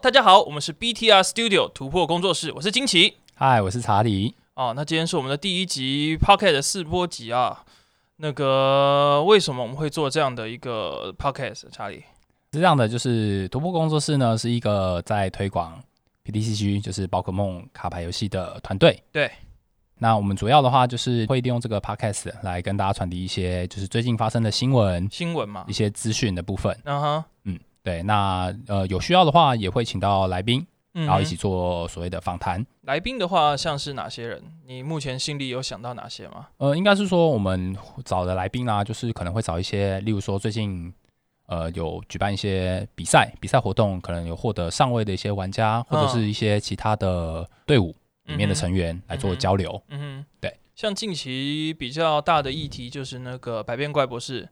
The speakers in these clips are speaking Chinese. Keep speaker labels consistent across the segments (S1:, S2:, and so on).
S1: 大家好，我们是 BTR Studio 突破工作室，我是金奇。
S2: 嗨，我是查理。
S1: 哦，那今天是我们的第一集 Pocket 的试播集啊。那个为什么我们会做这样的一个 Pocket？查理，
S2: 是这样的，就是突破工作室呢是一个在推广 PTCG，就是宝可梦卡牌游戏的团队。
S1: 对。
S2: 那我们主要的话就是会利用这个 podcast 来跟大家传递一些就是最近发生的新闻、
S1: 新闻嘛
S2: 一，些资讯的部分。
S1: 嗯哼，
S2: 嗯，对。那呃有需要的话也会请到来宾，
S1: 嗯哼
S2: 然后一起做所谓的访谈。
S1: 来宾的话，像是哪些人？你目前心里有想到哪些吗？
S2: 呃，应该是说我们找的来宾啦、就是可能会找一些，例如说最近呃有举办一些比赛、比赛活动，可能有获得上位的一些玩家，或者是
S1: 嗯
S2: 一些其他的队伍里面的成员来做交流。
S1: 嗯哼，
S2: 对，
S1: 像近期比较大的议题就是那个百变怪博士，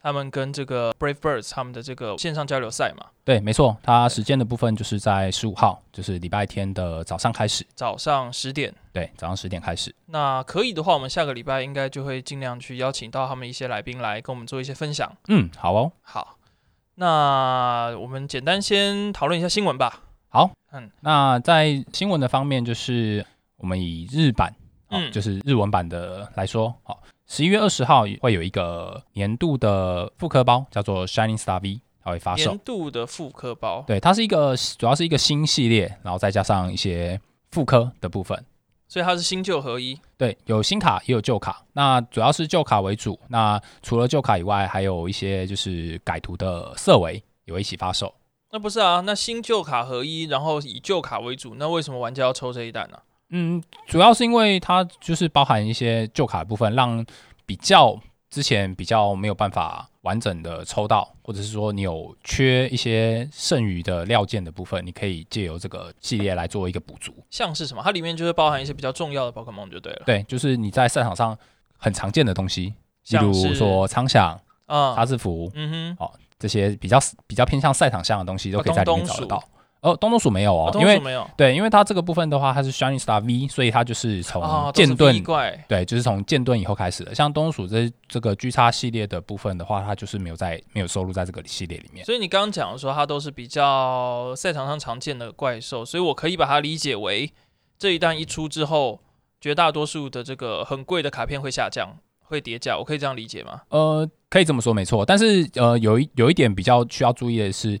S1: 他们跟这个 Brave Birds 他们的这个线上交流赛嘛，
S2: 对，没错，它时间的部分就是在十五号，就是礼拜天的早上开始，
S1: 早上十点。
S2: 对，早上十点开始。
S1: 那可以的话，我们下个礼拜应该就会尽量去邀请到他们一些来宾来跟我们做一些分享。
S2: 嗯，好哦，
S1: 好，那我们简单先讨论一下新闻吧。
S2: 好，
S1: 嗯
S2: 那在新闻的方面，就是我们以日版，哦
S1: 嗯
S2: 就是日文版的来说，好、十一月二十号会有一个年度的复刻包，叫做 Shining Star V，它会发售
S1: 年。度的复刻包，
S2: 对，它是一个主要是一个新系列，然后再加上一些复刻的部分。
S1: 所以它是新旧合一。
S2: 对，有新卡也有旧卡，那主要是旧卡为主。那除了旧卡以外，还有一些就是改图的色违也会一起发售。
S1: 那不是啊，那新旧卡合一，然后以旧卡为主，那为什么玩家要抽这一弹呢、
S2: 嗯，主要是因为它就是包含一些旧卡的部分，让比较之前比较没有办法完整的抽到，或者是说你有缺一些剩余的料件的部分，你可以借由这个系列来做一个补足。
S1: 像是什么？它里面就会包含一些比较重要的宝可梦就对了，
S2: 对，就是你在赛场上很常见的东西，例
S1: 像
S2: 如
S1: 是
S2: 说苍响、
S1: 啊，
S2: 沙字符
S1: 嗯哼，
S2: 这些比较比较偏向赛场上的东西，都可以在里
S1: 哦东
S2: 面
S1: 东
S2: 找
S1: 鼠
S2: 得到。哦，东东鼠没有
S1: 啊
S2: 哦，
S1: 东
S2: 因
S1: 鼠
S2: 为
S1: 没有
S2: 对，因为它这个部分的话，它是 Shining Star V，所以它就是从
S1: 啊，都是
S2: 哦剑盾
S1: V 怪
S2: 对，就是从剑盾以后开始的。像东鼠这这个 G 叉系列的部分的话，它就是没有在没有收录在这个系列里面。
S1: 所以你刚刚讲的说它都是比较赛场上常见的怪兽，所以我可以把它理解为这一弹一出之后，绝大多数的这个很贵的卡片会下降，会跌价，我可以这样理解吗？
S2: 呃，可以这么说没错，但是呃，有一有一点比较需要注意的是。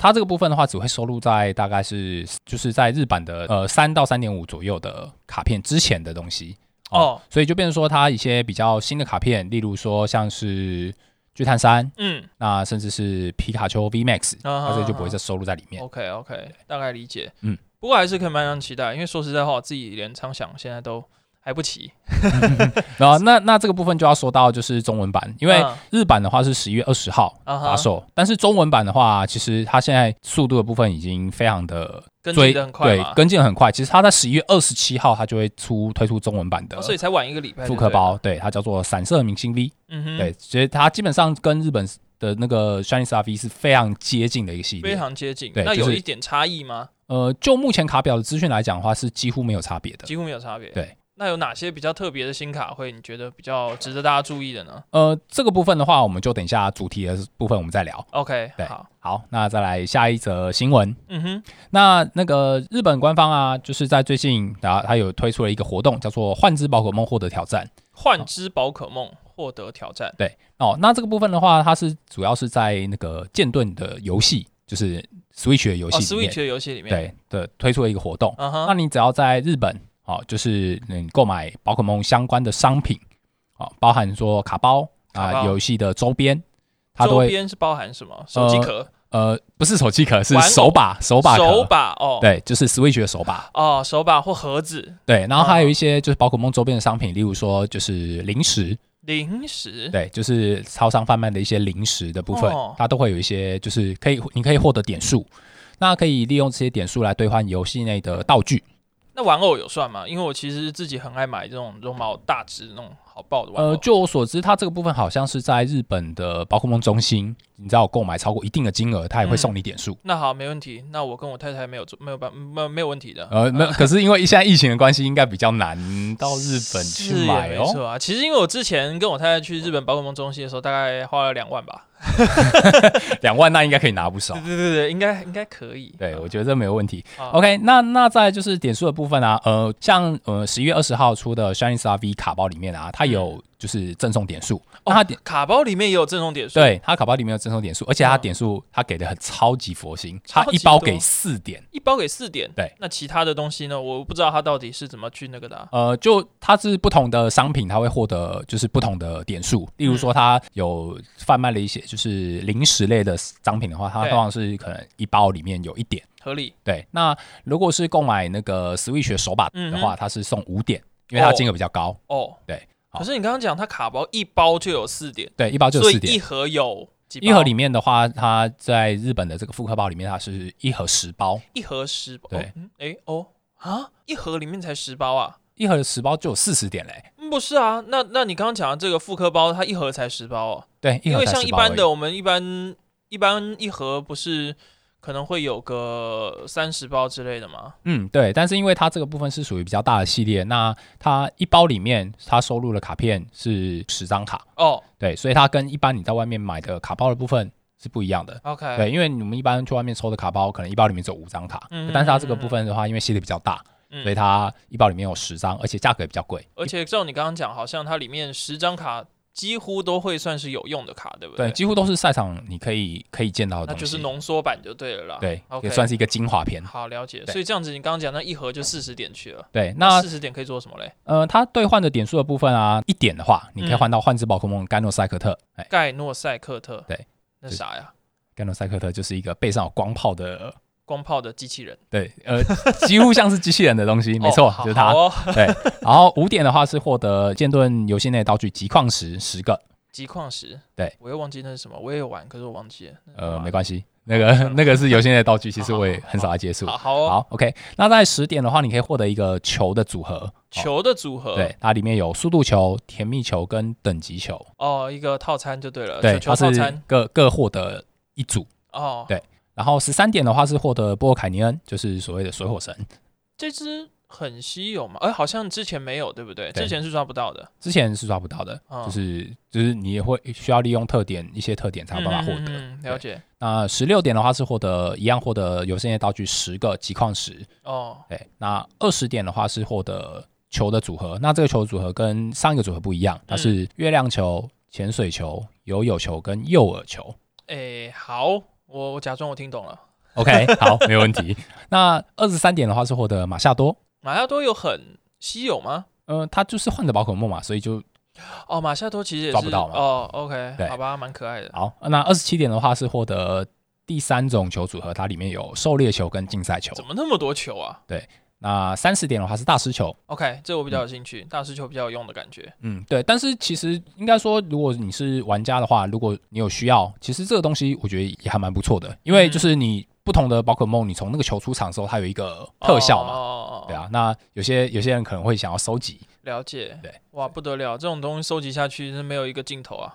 S2: 它这个部分的话，只会收录在大概是就是在日版的呃三到三点五左右的卡片之前的东西，
S1: 哦，
S2: 所以就变成说它一些比较新的卡片，例如说像是巨碳三，
S1: 嗯
S2: 那甚至是皮卡丘 V Max，它这个就不会再收录在里面。
S1: ，OK OK，大概理解。
S2: 嗯，
S1: 不过还是可以蛮让人期待，因为说实在话，我自己连畅想现在都还不齐，
S2: 然后那那这个部分就要说到就是中文版，因为
S1: 嗯
S2: 日版的话是十一月二十号
S1: 啊哈
S2: 发售，但是中文版的话，其实它现在速度的部分已经非常的
S1: 跟
S2: 追
S1: 进的很快
S2: 对
S1: 嘛，，
S2: 跟进的很快。其实它在十一月二十七号，它就会出推出中文版的
S1: 哦所以才晚一个礼拜。
S2: 复刻
S1: 对
S2: 包，对，它叫做散射明星 V，
S1: 不对，嗯哼，
S2: 对，，其实它基本上跟日本的那个 Shining Star V 是非常接近的一个系
S1: 非
S2: 列。
S1: 常接近。
S2: 对
S1: 那
S2: 就
S1: 有
S2: 是
S1: 一点差异吗？
S2: 呃，就目前卡表的资讯来讲的话，是几乎没有差别的。
S1: 几乎没有差别。
S2: 对。
S1: 那有哪些比较特别的新卡会你觉得比较值得大家注意的呢
S2: 呃，这个部分的话，我们就等一下主题的部分我们再聊。
S1: ？OK，
S2: 对
S1: 好，
S2: 好，那再来下一则新闻。
S1: 嗯哼，
S2: 那那个日本官方啊，就是在最近啊，它有推出了一个活动，叫做“幻之宝可梦获得挑战
S1: 幻之宝可梦获得挑战”。
S2: 哦，那这个部分的话，它是主要是在那个剑盾的游戏，就是 Switch 的游
S1: 哦
S2: 戏里面，
S1: ，Switch 的游戏里面，，
S2: 对的推出了一个活动。
S1: 嗯
S2: 那
S1: 哼，
S2: 你只要在日本哦，就是嗯购买宝可梦相关的商品哦，包含说卡包
S1: 卡
S2: 啊、
S1: 包
S2: 游戏的周边，它都
S1: 周
S2: 会
S1: 边是包含什么？手机壳、
S2: 呃不是手机壳，是
S1: 玩偶
S2: 手把手把
S1: 手
S2: 壳，
S1: 把哦，，
S2: 对，就是 Switch 的手把。
S1: 哦，手把或盒子、
S2: 对，然后还有一
S1: 嗯
S2: 些就是宝可梦周边的商品，例如说就是零食，
S1: 零食，
S2: 对，就是超商贩卖的一些零食的部分，
S1: 嗯哦
S2: 它都会有一些就是可以你可以获得点数，那可以利用这些点数来兑换游戏内的道具。
S1: 那玩偶有算吗？因为我其实自己很爱买这种绒毛大只那种好爆的玩偶。
S2: 呃，据我所知，它这个部分好像是在日本的宝可梦中心，你只要购买超过一定的金额，它也会送你点数。
S1: 那好，没问题。那我跟我太太没有没有办没没有问题的。
S2: 呃，没有，可是因为现在疫情的关系，应该比较难到日本去
S1: 是也
S2: 买
S1: 没
S2: 哦。
S1: 错啊，其实因为我之前跟我太太去日本宝可梦中心的时候，大概花了两万吧。
S2: 两万那应该可以拿不少
S1: 对。对对对，应该应该可以。
S2: 对，我觉得这没有问题。
S1: 嗯啊
S2: OK，那那再来就是点数的部分啊，呃，像呃十一月二十号出的 Shining Star V 卡包里面啊，它
S1: 嗯
S2: 有就是赠送点数，那它哦点
S1: 啊卡包里面也有赠送点数，，
S2: 对它卡包里面有赠送点数，而且它
S1: 嗯
S2: 点数它给的很超级佛心，它
S1: 超级
S2: 一包
S1: 多
S2: 给四点。
S1: 一包给四点。
S2: 对，
S1: 那其他的东西呢？我不知道它到底是怎么去那个的啊、
S2: 呃，就它是不同的商品，它会获得就是不同的点
S1: 嗯
S2: 数。例如说，它有贩卖了一些就是零食类的商品的话，它
S1: 对
S2: 通常是可能一包里面有一点。
S1: 合理。
S2: 对，那如果是购买那个 Switch 的手把的
S1: 嗯
S2: 话，
S1: 哼
S2: 它是送五点，因为它
S1: 哦
S2: 金额比较高。
S1: 哦，
S2: 对好
S1: 可是你刚刚讲它卡包一包就有四点，
S2: 对，一包就
S1: 所以
S2: 四
S1: 一
S2: 点。
S1: 盒有几包？
S2: 一盒里面的话，它在日本的这个复刻包里面，它是一盒十包，
S1: 一盒十包。
S2: 对
S1: 哦嗯哎、哦啊，一盒里面才十包啊？
S2: 一盒十包就有四十点嘞。
S1: 嗯不是啊，那那你刚刚讲的这个复刻包，它一盒才十包哦、
S2: 对，一
S1: 因
S2: 盒
S1: 为
S2: 才
S1: 像
S2: 十
S1: 一
S2: 包而
S1: 般
S2: 已。
S1: 的我们一般一般一盒不是可能会有个三十包之类的吗？
S2: 嗯，对，但是因为它这个部分是属于比较大的系列，那它一包里面它收录的卡片是十张卡，
S1: 哦
S2: 对，所以它跟一般你在外面买的卡包的部分是不一样的。
S1: ，OK，
S2: 对，因为你们一般去外面抽的卡包，可能一包里面只有五张卡，
S1: 嗯
S2: 但是它这个部分的话，因为系列比较大，
S1: 嗯
S2: 所以它一包里面有十张，而且价格也比较贵。
S1: 而且照你刚刚讲，好像它里面十张卡几乎都会算是有用的卡，对不
S2: 对，
S1: 对？
S2: 几乎都是赛场你可以可以见到的
S1: 那
S2: 东西，
S1: 就是浓缩版就对了啦。
S2: 对，
S1: ，OK，啊
S2: 也算是一个精华篇。
S1: 好了解。
S2: 对
S1: 所以这样子，你刚刚讲那一盒就四十点去了，
S2: 对，那
S1: 四十点可以做什么嘞？
S2: 呃，它兑换的点数的部分啊，一点的话，你可以
S1: 嗯
S2: 换到幻之宝可梦甘诺塞克特，哎，
S1: 盖诺塞克特，
S2: 对，
S1: 那啥呀？
S2: 甘诺塞克特就是一个背上有光炮的，
S1: 光炮的机器人，
S2: 对，呃，几乎像是机器人的东西，没错
S1: 哦，好
S2: 就是它
S1: 好。哦，
S2: 对，然后五点的话是获得剑盾游戏内的道具极矿石十个，
S1: 极矿石，
S2: 对，
S1: 我又忘记那是什么，我也有玩，可是我忘记了。
S2: 呃，没
S1: 关
S2: 关系，那个 那个是游戏内的道具，其实
S1: 好好
S2: 我也
S1: 好
S2: 很少来接触。
S1: 好好哦
S2: 好，OK，那在十点的话，你可以获得一个球的组合，哦
S1: 球的组合，
S2: 对，它里面有速度球、甜蜜球跟等级球，
S1: 哦，一个套餐就对了，
S2: 对，
S1: 呃球
S2: 它
S1: 球套
S2: 是
S1: 餐，
S2: 各各获得一组。
S1: 哦，
S2: 对然后十三点的话是获得波尔凯尼恩，就是所谓的水火神，
S1: 这只很稀有嘛，哎，好像之前没有，对不对？
S2: 对
S1: 之前是抓不到的，
S2: 之前是抓不到的，
S1: 嗯
S2: 就是就是你也会需要利用特点一些特点才有办法获
S1: 嗯
S2: 得。
S1: 嗯嗯了解，
S2: 那十六点的话是获得一样获得有线的道具十个极矿石，
S1: 哦，
S2: 对。那二十点的话是获得球的组合，那这个球组合跟上一个组合不一样，它
S1: 嗯
S2: 是月亮球、潜水球、游泳球跟诱饵球。
S1: 哎，好，我我假装我听懂了，
S2: OK，好，没有问题。那二十三点的话是获得马夏多，
S1: 马夏多有很稀有吗？
S2: 呃，它就是换的宝可梦嘛，所以就
S1: 哦，马夏多其实也是
S2: 抓不到嘛
S1: 哦，OK，
S2: 对哎
S1: 好吧，蛮可爱的，
S2: 好。那二十七点的话是获得第三种球组合，它里面有狩猎球跟竞赛球。
S1: 怎么那么多球啊
S2: 那三十点的话是大师球，
S1: ？OK，这我比较有兴趣，大师球比较有用的感觉，
S2: 嗯，对，但是其实应该说，如果你是玩家的话，如果你有需要，其实这个东西我觉得也还蛮不错的，因为就是你不同的宝可梦，你从那个球出场的时候，它有一个特效
S1: 哦
S2: 嘛，
S1: 嘛
S2: 对，啊，那有些有些人可能会想要收集，
S1: 了解，
S2: 对，
S1: 哇，不得了，这种东西收集下去是没有一个尽头啊。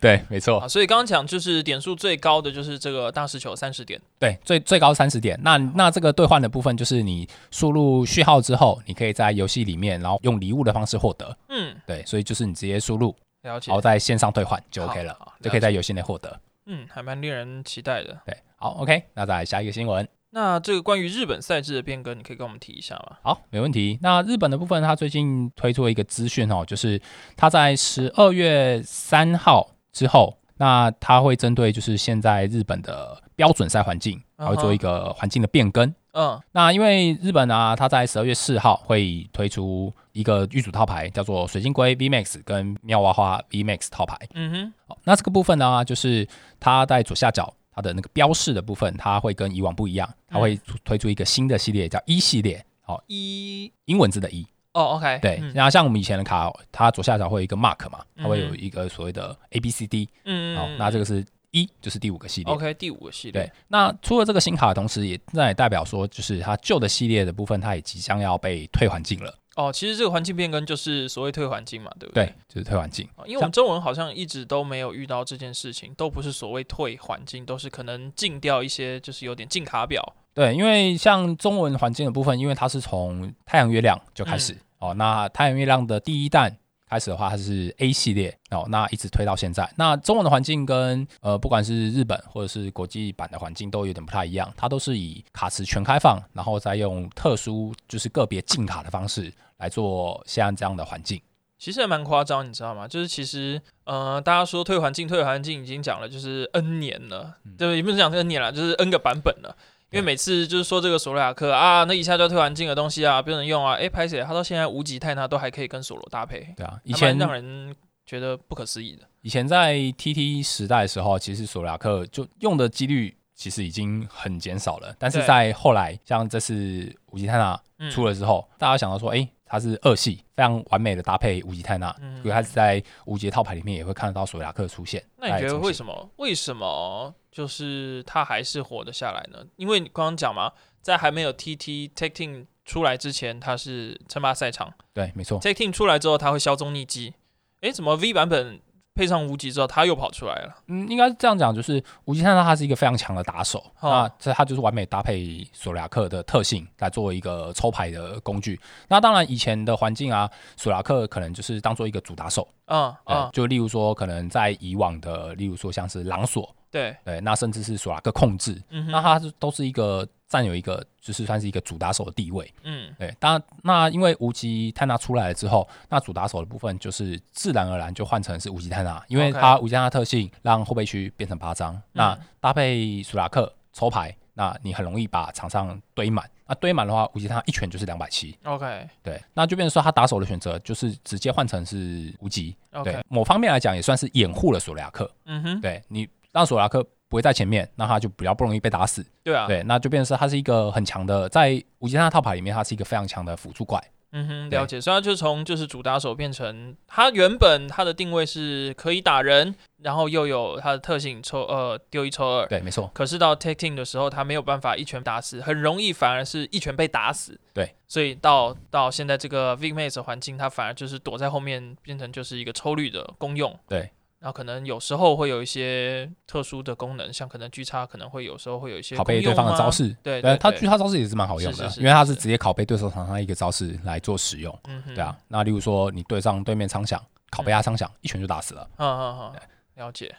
S2: 对，没错，
S1: 啊，所以刚刚讲就是点数最高的就是这个大师球三十点，
S2: 对，最最高三十点。那那这个兑换的部分就是你输入序号之后，你可以在游戏里面，然后用礼物的方式获得，
S1: 嗯，
S2: 对，所以就是你直接输入，
S1: 了解
S2: 然后，在线上兑换就
S1: 好
S2: OK 了，
S1: 好
S2: 就可以
S1: 了
S2: 在游戏内获得。
S1: 嗯，还蛮令人期待的。
S2: 对，好，OK，那再来下一个新闻。
S1: 那这个关于日本赛制的变更，你可以跟我们提一下吗？
S2: 好，没问题。那日本的部分，它最近推出了一个资讯哦，就是它在十二月三号之后，那它会针对就是现在日本的标准赛环境，它会做一个环境的变更。
S1: 嗯，
S2: 那因为日本啊，它在十二月四号会推出一个预组套牌，叫做水晶龟 VMAX 跟妙蛙花 VMAX 套牌。
S1: 嗯哼，
S2: 好那这个部分呢，就是它在左下角它的那个标示的部分，它会跟以往不一样，它会
S1: 嗯
S2: 推出一个新的系列，叫一、系列。好，
S1: 一
S2: 英文字的一、
S1: 哦，OK，
S2: 对，
S1: 嗯
S2: 然后像我们以前的卡，它左下角会有一个 mark 嘛，它
S1: 嗯
S2: 会有
S1: 哼
S2: 一个所谓的 A B C D，
S1: 嗯，
S2: 好
S1: 嗯，
S2: 那
S1: 嗯
S2: 这个是一，就是第五个系列。
S1: OK 第五个系列
S2: 对，，那出了这个新卡的同时，也那也代表说，就是它旧的系列的部分，它也即将要被退还境了。
S1: 哦，其实这个环境变更就是所谓退环境嘛，对不
S2: 对？，就是退还境。
S1: 哦因为我们中文好像一直都没有遇到这件事情，都不是所谓退环境，都是可能禁掉一些，就是有点禁卡表。
S2: 对，因为像中文
S1: 嗯
S2: 环境的部分，因为它是从太阳月亮就开始、哦，那太阳月亮的第一弹开始的话，它是 A 系列哦，那一直推到现在。那中文的环境跟呃，不管是日本或者是国际版的环境都有点不太一样，它都是以卡池全开放，然后再用特殊就是个别禁卡的方式来做像这样的环境。
S1: 其实也蛮夸张，你知道吗？就是其实，呃，大家说退环境，退环境已经讲了，就是 N 年了，
S2: 嗯
S1: 对，也不是讲 N 年了，就是 N 个版本了。因为每次就是说这个索罗亚克啊，那一下就要退环境的东西啊，不能用啊，诶，拍谁？他到现在无极泰纳都还可以跟索罗搭配，
S2: 对啊，
S1: 以
S2: 以前
S1: 前让人觉得不可思议的。
S2: 以前在 TT 时代的时候，其实索拉克就用的几率其实已经很减少了，但是
S1: 对
S2: 在后来像这次五级泰纳
S1: 嗯，
S2: 出了之后，大家想到说，哎、它是二系，非常完美的搭配无极泰纳，
S1: 嗯
S2: 所以它在无极套牌里面也会看得到索拉克出现。
S1: 那你觉得为
S2: 么？
S1: 什么？为什么就是他还是活得下来呢？因为你刚刚讲嘛，在还没有 TT Tag Team 出来之前，他是称霸赛场
S2: 对，没错，
S1: ；Tag Team 出来之后，他会稍纵匿迹。诶，怎么 V 版本配上无极之后，他又跑出来了？
S2: 嗯，应该是这样讲，就是无极泰纳它是一个非常强的打手，
S1: 哦
S2: 那这它就是完美搭配索拉克的特性来做一个抽牌的工具。那当然以前的环境啊，索拉克可能就是当做一个主打手。
S1: 嗯
S2: 啊，
S1: 嗯，
S2: 就例如说，可能在以往的，例如说像是狼索，
S1: 对，
S2: 对，那甚至是索拉克控制，
S1: 嗯
S2: 那
S1: 哼，
S2: 它是都是一个占有一个就是算是一个主打手的地位，
S1: 嗯
S2: 对。当然，那因为无极泰纳出来了之后，那主打手的部分就是自然而然就换成是无极泰纳，因为
S1: OK 嗯
S2: 它无极泰纳特性让后备区变成八张，那搭配索拉克抽牌，那你很容易把场上堆满。那堆满的话，无极泰纳一拳就是两百七，
S1: ，OK
S2: 对，那就变成说他打手的选择就是直接换成是无极。对
S1: OK，，
S2: 某方面来讲也算是掩护了索拉克。
S1: 嗯哼，
S2: 对你让索拉克不会在前面，那他就比较不容易被打死。
S1: 对啊，
S2: 对，那就变成是他是一个很强的，在无极山的套牌里面，他是一个非常强的辅助怪。
S1: 嗯哼，
S2: 对
S1: 了解。所以他就从就是主打手变成他原本他的定位是可以打人，然后又有他的特性抽呃丢一抽二，
S2: 对，没错，
S1: 可是到 take team 的时候，他没有办法一拳打死，很容易反而是一拳被打死。
S2: 对，
S1: 所以到到现在这个 v i g m a x 的环境，他反而就是躲在后面，变成就是一个抽绿的功用。
S2: 对，
S1: 然后可能有时候会有一些特殊的功能，像可能巨叉，可能会有时候会有一些
S2: 拷贝
S1: 功用
S2: 对方的
S1: 啊
S2: 招。式。
S1: 对
S2: 对，他
S1: 对
S2: 巨他招式也是蛮好用
S1: 是
S2: 的
S1: 是，是
S2: 因为他是
S1: 是
S2: 直接拷贝对手场上一个招式来做使用。
S1: 嗯哼，
S2: 对啊，那例如说你对上对面苍响，拷贝他苍响，一拳就打死了。
S1: 嗯，嗯嗯嗯，了解。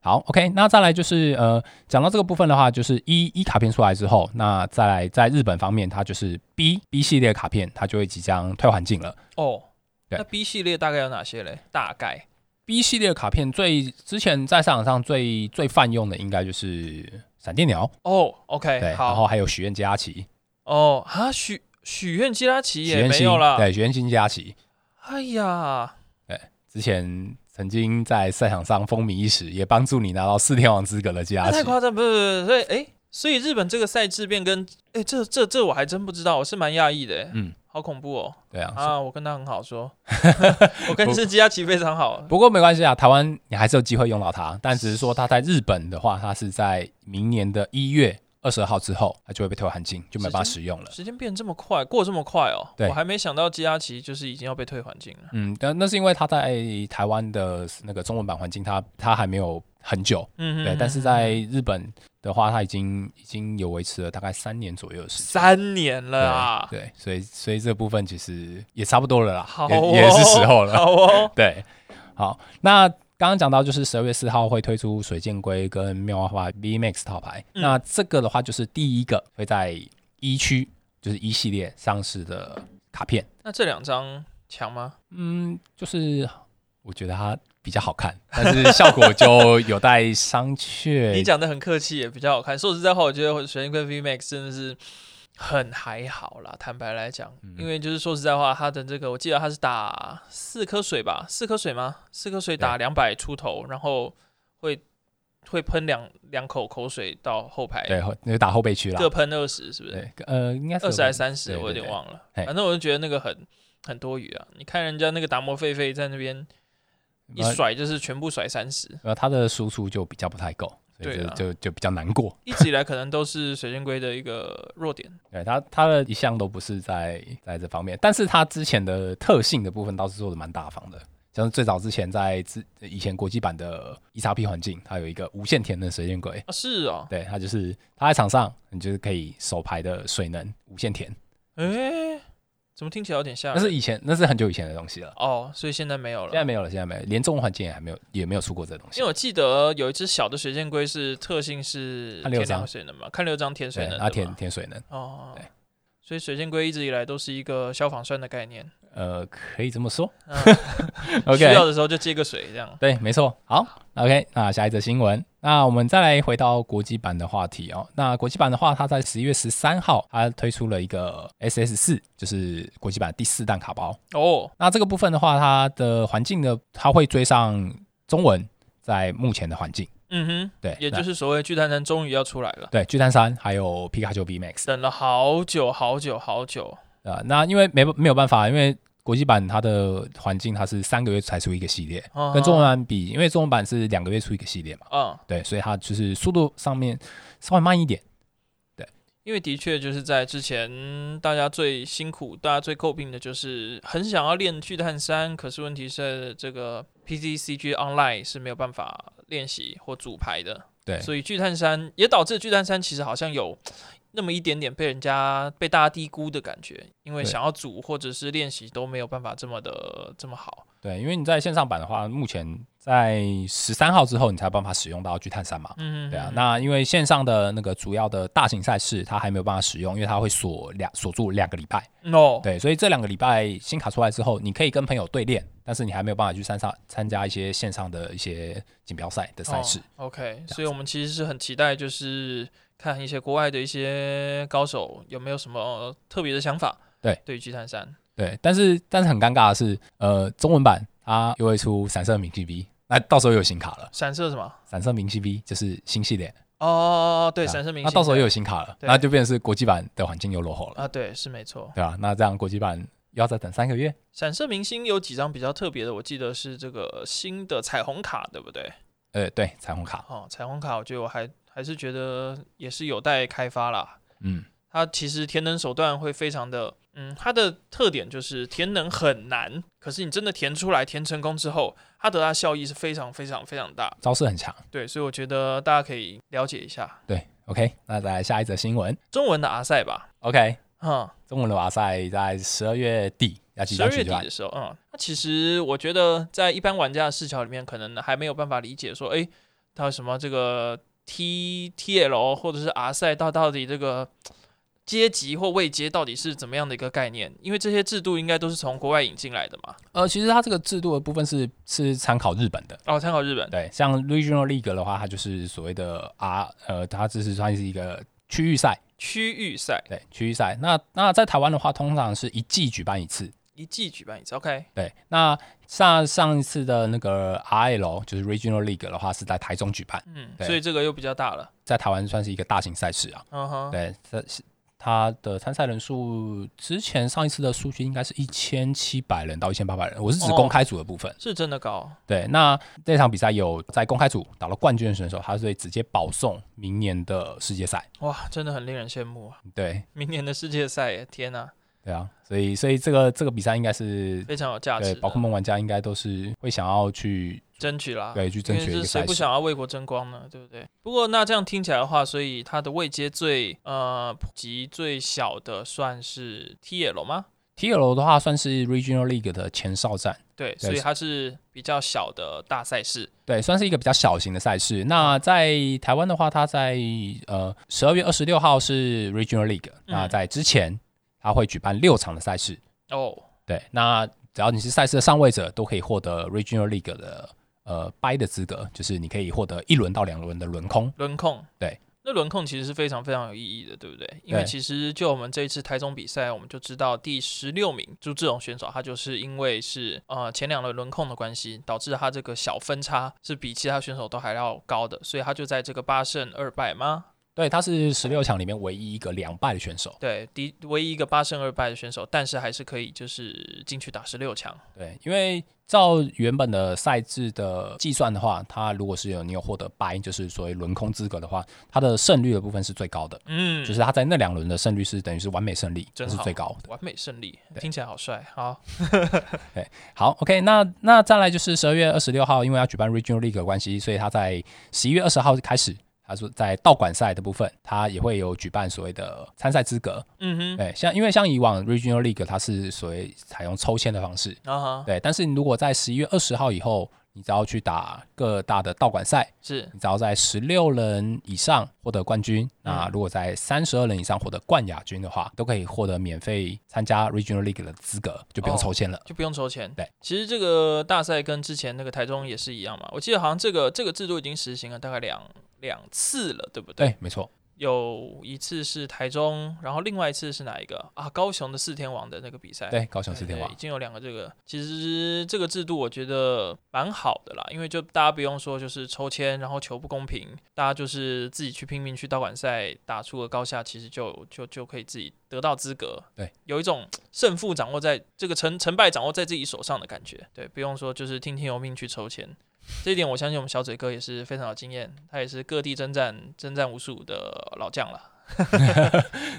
S2: 好，OK，那再来就是呃，讲到这个部分的话，就是一一卡片出来之后，那再来在日本方面，它就是 B B 系列卡片，它就会即将退环境了。
S1: 哦，
S2: 对
S1: 那 B 系列大概有哪些嘞？大概
S2: B 系列卡片最之前在市场上最最泛用的，应该就是闪电鸟，
S1: 哦，OK，
S2: 对，然
S1: 好
S2: 后还有许愿加奇，
S1: 哦，哈许许愿基拉奇
S2: 许
S1: 也
S2: 愿
S1: 没
S2: 星
S1: 有了。
S2: 对，许愿星加奇，
S1: 哎呀，
S2: 之前曾经在赛场上风靡一时，也帮助你拿到四天王资格的加
S1: 那
S2: 奇
S1: 太。夸张，不是不是，所以哎、所以日本这个赛制变更，哎、这这这我还真不知道，我是蛮讶异的、哎
S2: 嗯，
S1: 好恐怖哦！
S2: 对啊，
S1: 啊，我跟他很好 说，我跟这基亚奇非常好，
S2: 不过没关系啊，台湾你还是有机会用到它，但只是说它在日本的话，它是在明年的一月二十号之后，它就会被退环境，就没办法使用了。
S1: 时间变这么快，过这么快哦，
S2: 对
S1: 我还没想到基亚奇就是已经要被退环境了。
S2: 嗯，但那是因为它在台湾的那个中文版环境它，它还没有很久，
S1: 嗯，
S2: 对，
S1: 嗯
S2: 但是在日本的话，它已经已经有维持了大概三年左右的时间。
S1: 三年了啊，
S2: 对，对，所以所以这部分其实也差不多了啦，
S1: 好、
S2: 也
S1: 哦，
S2: 也是时候了。
S1: 好哦，
S2: 对，好，那刚刚讲到就是十二月四号会推出水箭龟跟妙蛙花 V Max 套牌，
S1: 嗯
S2: 那这个的话就是第一个会在一区，就是一系列上市的卡片，
S1: 那这两张强吗？
S2: 嗯，就是我觉得它比较好看，但是效果就有待商
S1: 你
S2: 榷。
S1: 讲的很客气，也比较好看。说实在话，我觉得水晶龟 V Max 真的是很还好啦。坦白来讲，
S2: 嗯
S1: 因为就是说实在话，它的这个我记得它是打四颗水吧，四颗水吗？四颗水打两百出头，然后会会喷两两口口水到后排，
S2: 对，后那就打后备区啦
S1: 各。喷二十，是不是？
S2: 对，呃，应该是
S1: 二十还是
S2: 有
S1: 三十，
S2: 对对
S1: 我有点忘了。
S2: 对嘿
S1: 反正我就觉得那个很很多余啊。你看人家那个达摩狒狒在那边一
S2: 呃
S1: 甩，就是全部甩三十。
S2: 呃，它的输出就比较不太够，所以
S1: 对
S2: 就
S1: 啊
S2: 就就比较难过。
S1: 一直以来可能都是水晶龟的一个弱点。
S2: 对他，他的一项都不是在在这方面，但是他之前的特性的部分倒是做的蛮大方的，像是最早之前在之以前国际版的 EXP 环境，它有一个无限填能水箭鬼，
S1: 啊，是哦，
S2: 对，它就是它在场上你就是可以手牌的水能无限填，
S1: 诶，怎么听起来有点吓
S2: 那是
S1: 人？
S2: 以前，那是很久以前的东西了。
S1: 哦，所以现在没有
S2: 现在
S1: 了。
S2: 没有了，现在没有了，连纵环境也还没有，也没有出过这个东西
S1: 因为。我记得有一只小的水箭龟是特性是
S2: 看六
S1: 天
S2: 张
S1: 凉水能嘛，看六张天
S2: 对
S1: 水，能的
S2: 阿
S1: 嘛
S2: 田田水能，
S1: 哦
S2: 对，
S1: 所以水箭龟一直以来都是一个消防栓的概 念。
S2: 呃，可以这么说。
S1: 嗯需要
S2: OK，
S1: 的时候就接个水这样。
S2: 对，没错。好，OK，那下一则新闻，那我们再来回到国际版的话题哦。那国际版的话，它在十一月十三号，它推出了一个 SS 四，就是国际版第四弹卡包。
S1: 哦，
S2: 那这个部分的话，它的环境呢，它会追上中文在目前的环境，
S1: 嗯
S2: 对
S1: 哼，，也
S2: 那
S1: 就是所谓巨蛋人终于要出来了，
S2: 对巨蛋三还有皮卡丘 B Max
S1: 等了好久好久好久。
S2: 啊、呃那因为没没有办法，因为国际版它的环境它是三个月才出一个系列，
S1: 哦
S2: 跟中文版比，因为中文版是两个月出一个系列嘛，
S1: 嗯，
S2: 对，所以它就是速度上面稍微慢一点，
S1: 因为的确就是在之前大家最辛苦、大家最诟病的就是很想要练巨蛋三，可是问题是这个 PCCG Online 是没有办法练习或组牌的，
S2: 对，
S1: 所以巨蛋三也导致巨蛋三其实好像有那么一点点被人家被大家低估的感觉，因为
S2: 对
S1: 想要组或者是练习都没有办法这么的这么好。
S2: 对，因为你在线上版的话，目前在十三号之后你才有办法使用到巨碳三嘛，
S1: 嗯，
S2: 对啊，那因为线上的那个主要的大型赛事，它还没有办法使用，因为它会锁两锁住两个礼拜。
S1: no，
S2: 对，所以这两个礼拜新卡出来之后，你可以跟朋友对练，但是你还没有办法去参上参加一些线上的一些锦标赛的赛事。
S1: 哦 OK，所以我们其实是很期待，就是看一些国外的一些高手有没有什么特别的想法。
S2: 对，
S1: 对于积碳山，
S2: 对，但是但是很尴尬的是，呃，中文版它又会出散射明 G B，那到时候又有新卡了。
S1: 闪射什么？
S2: 散射明 G B 就是新系列，
S1: 哦，对，
S2: 啊
S1: 闪射明
S2: 那
S1: 星。
S2: 到时候又有新卡了，
S1: 对
S2: 那就变成是国际版的环境又落后了，
S1: 啊，对，是没错。
S2: 对吧、那这样国际版又要再等三个月。
S1: 闪射明星有几张比较特别的，我记得是这个新的彩虹卡，对不对？
S2: 呃，对，彩虹卡，
S1: 哦，彩虹卡，我觉得我还还是觉得也是有待开发啦。
S2: 嗯，
S1: 它其实填能手段会非常的，嗯，它的特点就是填能很难，可是你真的填出来、填成功之后，它得到的效益是非常非常非常大。
S2: 招式很强。
S1: 对，所以我觉得大家可以了解一下
S2: 对，OK，那再来下一则新闻。
S1: 中文的阿塞吧。
S2: OK，
S1: 嗯，
S2: 中文的瓦赛在十二月底要即
S1: 十
S2: 将
S1: 二月
S2: 举
S1: 底
S2: 办
S1: 的。时候，嗯，那其实我觉得在一般玩家的视角里面，可能还没有办法理解说，诶，它什么这个 T T L 或者是 R 赛，到到底这个阶级或位阶到底是怎么样的一个概念？因为这些制度应该都是从国外引进来的嘛。
S2: 呃，其实它这个制度的部分是是参考日本的，
S1: 哦，参考日本。
S2: 对，像 Regional League 的话，它就是所谓的 R，呃，它只是算是一个区域赛，
S1: 区域赛
S2: 对，区域赛。那那在台湾的话，通常是一季举办一次，
S1: 一季举办一次，OK，
S2: 对。那上上一次的那个 RL 就是 Regional League 的话，是在台中举办，
S1: 嗯，
S2: 对
S1: 所以这个又比较大了，
S2: 在台湾算是一个大型赛事啊，
S1: 嗯哼，
S2: 对，它是它的参赛人数之前上一次的数据应该是一千七百人到一千八百人，我是指
S1: 哦
S2: 公开组的部分。
S1: 是真的高，哦
S2: 对，那这场比赛有在公开组打到冠军的选手，他是会直接保送明年的世界赛。
S1: 哇，真的很令人羡慕啊。
S2: 对，
S1: 明年的世界赛耶，天呐，
S2: 对啊，所以所以这个这个比赛应该是
S1: 非常有价值
S2: 对
S1: 的，
S2: 宝可梦玩家应该都是会想要去
S1: 争取啦，
S2: 对去争
S1: 啊因为
S2: 取一
S1: 这
S2: 个
S1: 谁
S2: 赛
S1: 不
S2: 事。
S1: 想要为国争光呢？对不对？不过那这样听起来的话，所以它的位阶最呃普及最小的算是 TL 吗？
S2: T L 的话算是 Regional League 的前哨战，
S1: 对，所以它是比较小的大赛事。
S2: 对，算是一个比较小型的赛事。那在台湾的话，它在呃十二月二十六号是 Regional League，、那在之前它会举办六场的赛事。
S1: 哦，
S2: 对，那只要你是赛事的上位者，都可以获得 Regional League 的呃 buy 的资格，就是你可以获得一轮到两轮的轮空。
S1: 轮控。
S2: 对，
S1: 那轮控其实是非常非常有意义的，对不对？因为
S2: 对
S1: 其实就我们这一次台中比赛，我们就知道第十六名朱志勇选手，他就是因为是呃前两轮轮控的关系，导致他这个小分差是比其他选手都还要高的，所以他就在这个八胜二败吗？
S2: 对，他是十六强里面唯一一个两败的选手。
S1: 对，第唯一一个八胜二败的选手，但是还是可以就是进去打十六强。
S2: 对，因为照原本的赛制的计算的话，他如果是有你有获得 buy，就是所谓轮空资格的话，他的胜率的部分是最高的，
S1: 嗯，
S2: 就是他在那两轮的胜率是等于是完美胜利，这
S1: 真
S2: 是
S1: 好
S2: 最高的。
S1: 完美胜利，
S2: 对
S1: 听起来好帅。好，
S2: 好，OK，那那再来就是十二月二十六号，因为要举办 Regional League 的关系，所以他在十一月二十号开始，他说在道馆赛的部分，他也会有举办所谓的参赛资格。
S1: 嗯哼，
S2: 对，像因为像以往 Regional League 它是所谓采用抽签的方式，
S1: 啊哈，
S2: 对，但是你如果在十一月二十号以后，你只要去打各大的道馆赛，
S1: 是
S2: 你只要在十六人以上获得冠军，那如果在三十二人以上获得冠亚军的话，都可以获得免费参加 Regional League 的资格，就不用
S1: 哦
S2: 抽签了。
S1: 就不用抽签。
S2: 对，
S1: 其实这个大赛跟之前那个台中也是一样嘛，我记得好像这个这个制度已经实行了大概两两次了，对不对？
S2: 对，没错，
S1: 有一次是台中，然后另外一次是哪一个啊？高雄的四天王的那个比赛。
S2: 对，高雄
S1: 对
S2: 四天
S1: 对
S2: 王
S1: 已。经有两个这个，其实这个制度我觉得蛮好的啦，因为就大家不用说就是抽签，然后求不公平，大家就是自己去拼命去道馆赛打出个高下，其实就就就可以自己得到资格。
S2: 对，
S1: 有一种胜负掌握在这个成成败掌握在自己手上的感觉。对，不用说就是听天由命去抽签。这一点我相信我们小嘴哥也是非常有经验，他也是各地征战征战无数的老将了。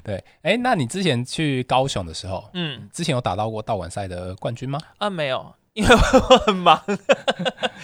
S2: 对，哎，那你之前去高雄的时候，
S1: 嗯，
S2: 之前有打到过道馆赛的冠军吗？
S1: 啊没有，因为我很忙，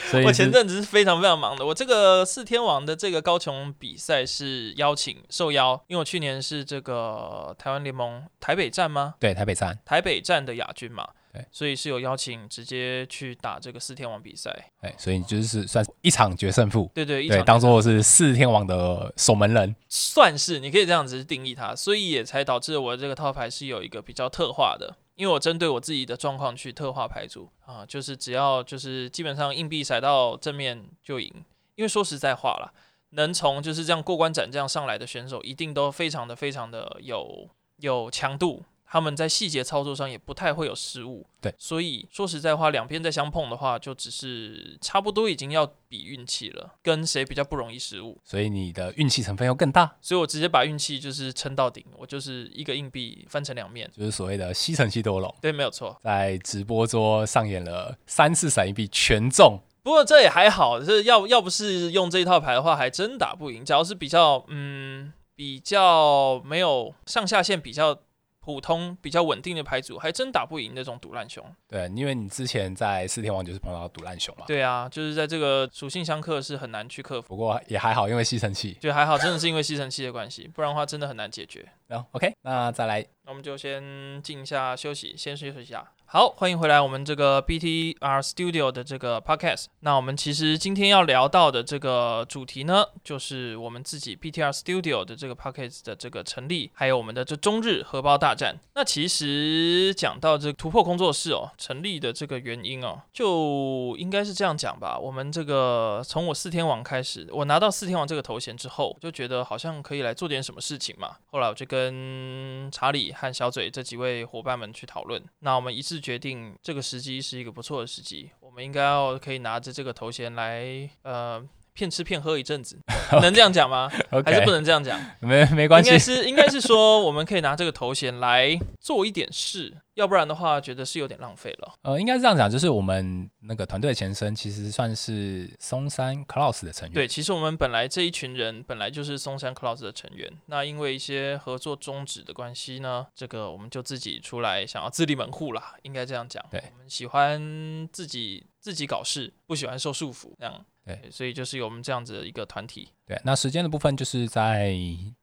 S2: 所以
S1: 我
S2: 是
S1: 前阵子是非常非常忙的。我这个四天王的这个高雄比赛是邀请受邀，因为我去年是这个台湾联盟台北站吗？
S2: 对台北站，
S1: 台北站的亚军嘛
S2: 对，
S1: 所以是有邀请直接去打这个四天王比赛。
S2: 哎，所以就是算是一场决胜负，
S1: 对对，一
S2: 对，
S1: 场
S2: 当做是四天王的守门人。
S1: 算是你可以这样子定义它，所以也才导致我这个套牌是有一个比较特化的，因为我针对我自己的状况去特化牌组啊，就是只要就是基本上硬币甩到正面就赢，因为说实在话啦，能从就是这样过关斩将上来的选手，一定都非常的非常的有有强度。他们在细节操作上也不太会有失误，
S2: 对，
S1: 所以说实在话，两边在相碰的话，就只是差不多已经要比运气了，跟谁比较不容易失误。
S2: 所以你的运气成分又更大，
S1: 所以我直接把运气就是撑到顶，我就是一个硬币翻成两面。
S2: 就是所谓的西城西多龙，
S1: 对，没有错。
S2: 在直播桌上演了三次闪一币全中，
S1: 不过这也还好，这要要不是用这一套牌的话，还真打不赢。只要是比较嗯比较没有上下限、比较普通、比较稳定的牌组，还真打不赢那种赌烂熊。
S2: 对，因为你之前在四天王就是碰到独烂熊嘛，
S1: 对啊，就是在这个属性相克是很难去克服。
S2: 不过也还好，因为吸尘器。
S1: 就还好，真的是因为吸尘器的关系，不然的话真的很难解决。
S2: 然后 OK，那再来
S1: 那我们就先静一下休息，先休息一下。好，欢迎回来我们这个 BTR Studio 的这个 podcast。那我们其实今天要聊到的这个主题呢，就是我们自己 BTR Studio 的这个 podcast 的这个成立，还有我们的这中日荷包大战。那其实讲到这个突破工作室哦，成立的这个原因哦，就应该是这样讲吧。我们这个从我四天王开始，我拿到四天王这个头衔之后，我就觉得好像可以来做点什么事情嘛。后来我就跟查理和小嘴这几位伙伴们去讨论，那我们一致决定这个时机是一个不错的时机，我们应该要可以拿着这个头衔来呃骗吃骗喝一阵 子，能这样讲吗？ 还是
S2: OK，
S1: 不能这样讲？
S2: 没没关系
S1: 应该，是应该是说我们可以拿这个头衔来做一点事，要不然的话觉得是有点浪费了。
S2: 呃，应该是这样讲，就是我们那个团队的前身其实算是松山 Claus 的成员，
S1: 对，其实我们本来这一群人本来就是松山 Cloud 的成员，那因为一些合作终止的关系呢，这个我们就自己出来想要自立门户啦，应该这样讲。
S2: 对
S1: 我们喜欢自己自己搞事，不喜欢受束缚，这样。
S2: 对，
S1: 所以就是有我们这样子的一个团体。
S2: 对，那时间的部分就是在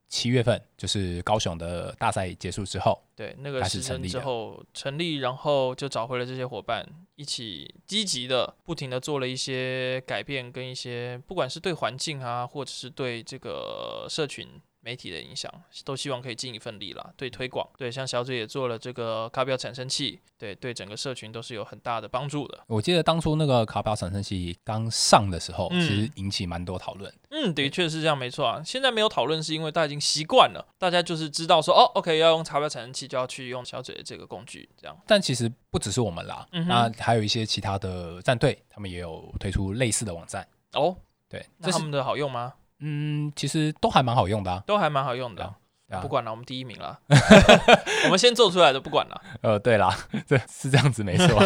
S2: 七月份，就是高雄的大赛结束之后，
S1: 对，那个
S2: 开
S1: 时
S2: 始成
S1: 间
S2: 立
S1: 之
S2: 了
S1: 后成立，然后就找回了这些伙伴，一起积极的、不停的做了一些改变，跟一些不管是对环境啊，或者是对这个社群媒体的影响，都希望可以尽一份力啦。对推广，对像小嘴也做了这个咖标产生器，对对整个社群都是有很大的帮助的。
S2: 我记得当初那个卡表产生器刚上的时候，
S1: 嗯
S2: 其实引起蛮多讨论。
S1: 嗯，的确是这样，没错啊。现在没有讨论，是因为大家已经习惯了，大家就是知道说，哦，OK，要用茶标产生器就要去用小嘴的这个工具，这样。
S2: 但其实不只是我们啦，
S1: 嗯哼
S2: 那还有一些其他的战队，他们也有推出类似的网站。
S1: 哦，
S2: 对，
S1: 那
S2: 这
S1: 他
S2: 是
S1: 们的好用吗？
S2: 嗯，其实都还蛮好用的、啊。
S1: 都还蛮好用的啊、
S2: 对啊
S1: 不管了，我们第一名了， 我们先做出来的不管了。
S2: 呃，对啦，这是这样子没错。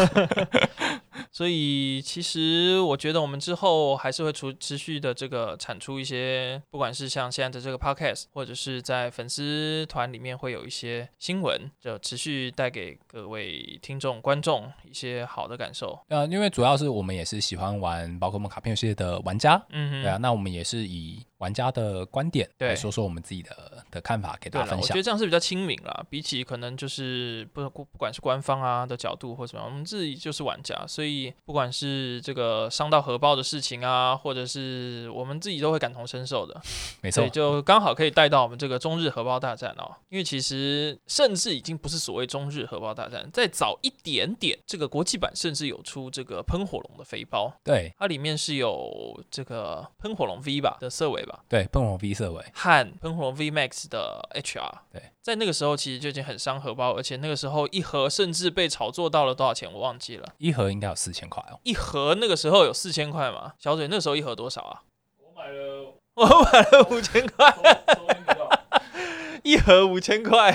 S1: 所以其实我觉得我们之后还是会持持续的这个产出一些，不管是像现在的这个 podcast，或者是在粉丝团里面会有一些新闻，就持续带给各位听众观众一些好的感受。
S2: 呃，因为主要是我们也是喜欢玩宝可梦卡片游戏的玩家，
S1: 嗯
S2: 对
S1: 哼
S2: 啊，，那我们也是以玩家的观点
S1: 对
S2: 来说说我们自己的的看法给
S1: 对
S2: 大
S1: 了，
S2: 家分
S1: 我觉
S2: 享
S1: 得。这样是比较亲民啦，比起可能就是不不不管是官方啊的角度或什么，我们自己就是玩家，所以不管是这个伤到核爆的事情啊，或者是我们自己都会感同身受的，
S2: 没错
S1: 所以，就刚好可以带到我们这个中日核爆大战哦。因为其实甚至已经不是所谓中日核爆大战，再早一点点，这个国际版甚至有出这个喷火龙的肥包，
S2: 对
S1: 它里面是有这个喷火龙 V 吧的色尾吧，
S2: 对，喷火 V 色尾，
S1: 和喷火龙 V Max 的 HR。
S2: 对，
S1: 在那个时候其实就已经很伤荷包，而且那个时候一盒甚至被炒作到了多少钱我忘记了，
S2: 一盒应该有四千块哦。
S1: 一盒那个时候有四千块嘛，小嘴那时候一盒多少啊？
S3: 我买了
S1: 我买了五千块，
S3: 收收音不到，
S1: 一盒五千块，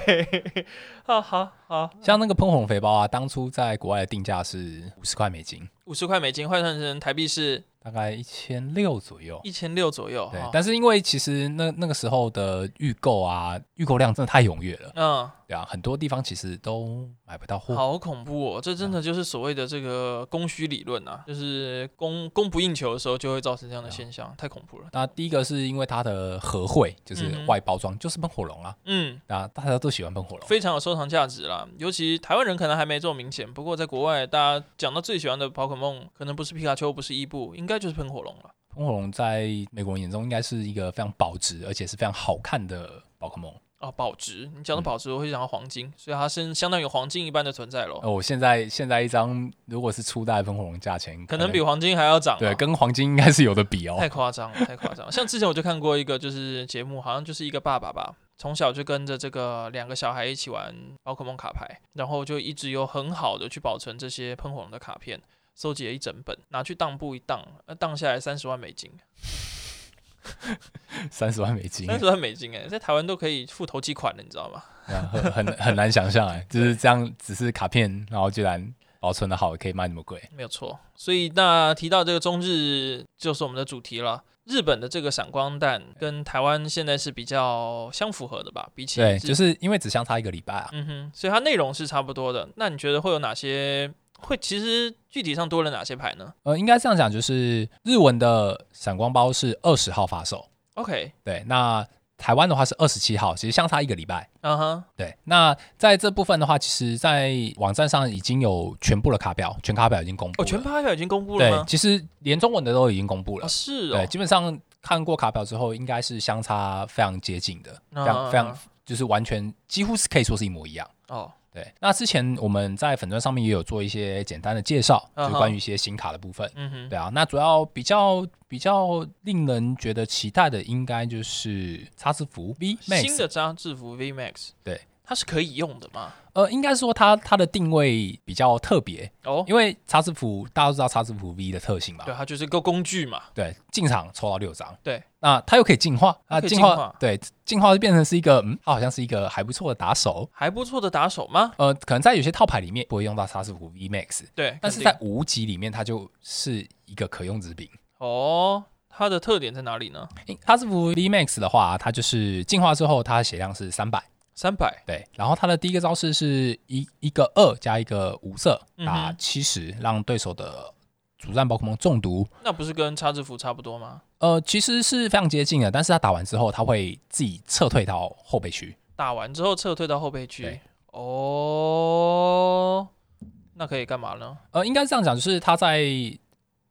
S1: 啊好好，
S2: 像那个喷火肥包啊，当初在国外的定价是五十块美金，
S1: 五十块美金换算成台币是
S2: 大概一千六左右。
S1: 一千六左右，
S2: 对
S1: 哦，
S2: 但是因为其实那那个时候的预购啊，预购量真的太踊跃了，
S1: 嗯，
S2: 对啊，很多地方其实都买不到货。
S1: 好恐怖哦！这真的
S2: 嗯
S1: 就是所谓的这个供需理论啊，就是供供不应求的时候就会造成这样的
S2: 对啊
S1: 现象，太恐怖了。
S2: 那第一个是因为它的盒会，就是
S1: 嗯
S2: 外包装，就是喷火龙啊，
S1: 嗯，
S2: 啊，大家都喜欢喷火龙。
S1: 非常有收藏价值啦。尤其台湾人可能还没这么明显，不过在国外，大家讲到最喜欢的宝可梦，可能不是皮卡丘，不是伊布，应该就是喷火龙了。
S2: 喷火龙在美国人眼中应该是一个非常保值，而且是非常好看的宝可梦。
S1: 哦，保值，你讲到
S2: 嗯
S1: 保值，我会想到黄金，所以它是相当于黄金一般的存在咯，
S2: 哦，我现在现在一张如果是初代喷火龙，价钱
S1: 可能比黄金还要涨、啊。
S2: 对，跟黄金应该是有的比哦。
S1: 太夸张了， 太夸张了。像之前我就看过一个就是节目，好像就是一个爸爸吧，从小就跟着这个两个小孩一起玩宝可梦卡牌，然后就一直有很好的去保存这些喷火龙的卡片，收集了一整本，拿去当铺一当，呃，当下来三十万美金，
S2: 三十万美 金，
S1: 三十万美金哎、在台湾都可以付头期款了，你知道吗？
S2: 对啊很很很难想象 哎，就是这样，只是卡片，然后居然保存的好，可以卖那么贵。
S1: 没有错。所以那提到这个中日，就是我们的主题了。日本的这个闪光弹跟台湾现在是比较相符合的吧？比起
S2: 对，
S1: 日
S2: 就是因为只相差一个礼拜啊。
S1: 嗯哼，所以它内容是差不多的。那你觉得会有哪些？会其实具体上多了哪些牌呢
S2: 呃，应该这样讲，就是日文的闪光包是二十号发售，
S1: ？OK，
S2: 对，那台湾的话是二十七号，其实相差一个礼拜。
S1: 嗯哼，
S2: 对，那在这部分的话，其实，在网站上已经有全部的卡表，全卡表已经公布
S1: 哦，
S2: 了。
S1: 全牌表已经公布了
S2: 对，
S1: 吗？
S2: 其实连中文的都已经公布了。
S1: 哦，是
S2: 对，
S1: 哦，
S2: 基本上看过卡表之后，应该是相差非常接近的，
S1: 嗯
S2: 非常非常
S1: 嗯
S2: 就是完全几乎是可以说是一模一样。
S1: 哦，
S2: 对，那之前我们在粉钻上面也有做一些简单的介绍，
S1: 嗯
S2: 就是
S1: 哼
S2: 关于一些新卡的部分。
S1: 嗯哼，
S2: 对啊，那主要比较比较令人觉得期待的，应该就是叉字符 V Max
S1: 新的扎制服 V Max，
S2: 对，
S1: 它是可以用的嘛？
S2: 呃，应该说它它的定位比较特别，
S1: 哦，
S2: 因为叉字符大家都知道叉字符 V 的特性嘛
S1: 对，，它就是个工具嘛。
S2: 对，进场抽到六张，
S1: 对，
S2: 那它又可以进化，
S1: 它
S2: 那
S1: 可以
S2: 进
S1: 进
S2: 化
S1: 化
S2: 对进化就变成是一个，嗯，它好像是一个还不错的打手，
S1: 还不错的打手吗？
S2: 呃，可能在有些套牌里面不会用到叉字符 V Max，
S1: 对，
S2: 但是
S1: 肯定
S2: 在无极里面它就是一个可用之兵。
S1: 哦，它的特点在哪里呢？
S2: 叉字符 V Max 的话，它就是进化之后它的血量是三百。
S1: 三百，
S2: 对，然后它的第一个招式是一一个二加一个无色
S1: 嗯哼
S2: 打七十、让对手的主战宝可梦中毒。
S1: 那不是跟叉制服差不多吗？
S2: 呃，其实是非常接近的，但是它打完之后，它会自己撤退到后备区。
S1: 打完之后撤退到后备区
S2: 对。
S1: 哦，那可以干嘛呢？
S2: 呃，应该这样讲，就是它在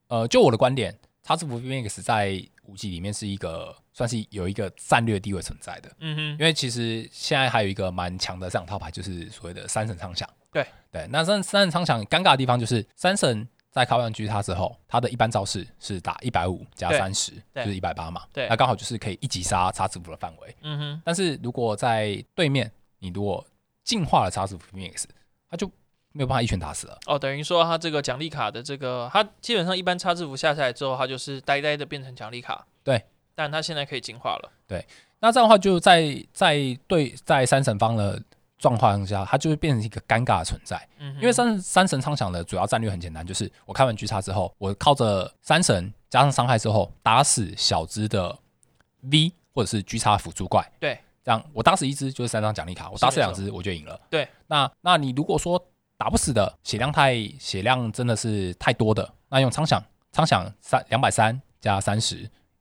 S2: 呃，就我的观点，它是 VMAX 在五 G 里面是一个算是有一个战略地位存在的，
S1: 嗯哼，
S2: 因为其实现在还有一个蛮强的上套牌，就是所谓的三神畅想。
S1: 对
S2: 对，那三三神畅想尴尬的地方就是三神在开完狙他之后，他的一般招式是打一百五加
S1: 对
S2: 三十，
S1: 对
S2: 就是一百八嘛。
S1: 对
S2: 那刚好就是可以一击杀叉子符的范围。
S1: 嗯哼。
S2: 但是如果在对面，你如果进化了叉子符 mix，他就没有办法一拳打死了。
S1: 哦，等于说它这个奖励卡的这个，它基本上一般插字符下下来之后，它就是呆呆的变成奖励卡。
S2: 对，
S1: 但它现在可以进化了。
S2: 那这样的话，就在在对在三神方的状况下，它就会变成一个尴尬的存在。
S1: 嗯哼
S2: 因为三三神畅想的主要战略很简单，就是我开完狙杀之后，我靠着三神加上伤害之后，打死小只的 V 或者是狙杀辅助怪。
S1: 对，
S2: 这样我打死一只就是三张奖励卡，我打死
S1: 没错
S2: 两只我就赢了。
S1: 嗯对，
S2: 那那你如果说打不死的血量太血量真的是太多的，那用苍响苍响三两百三加三十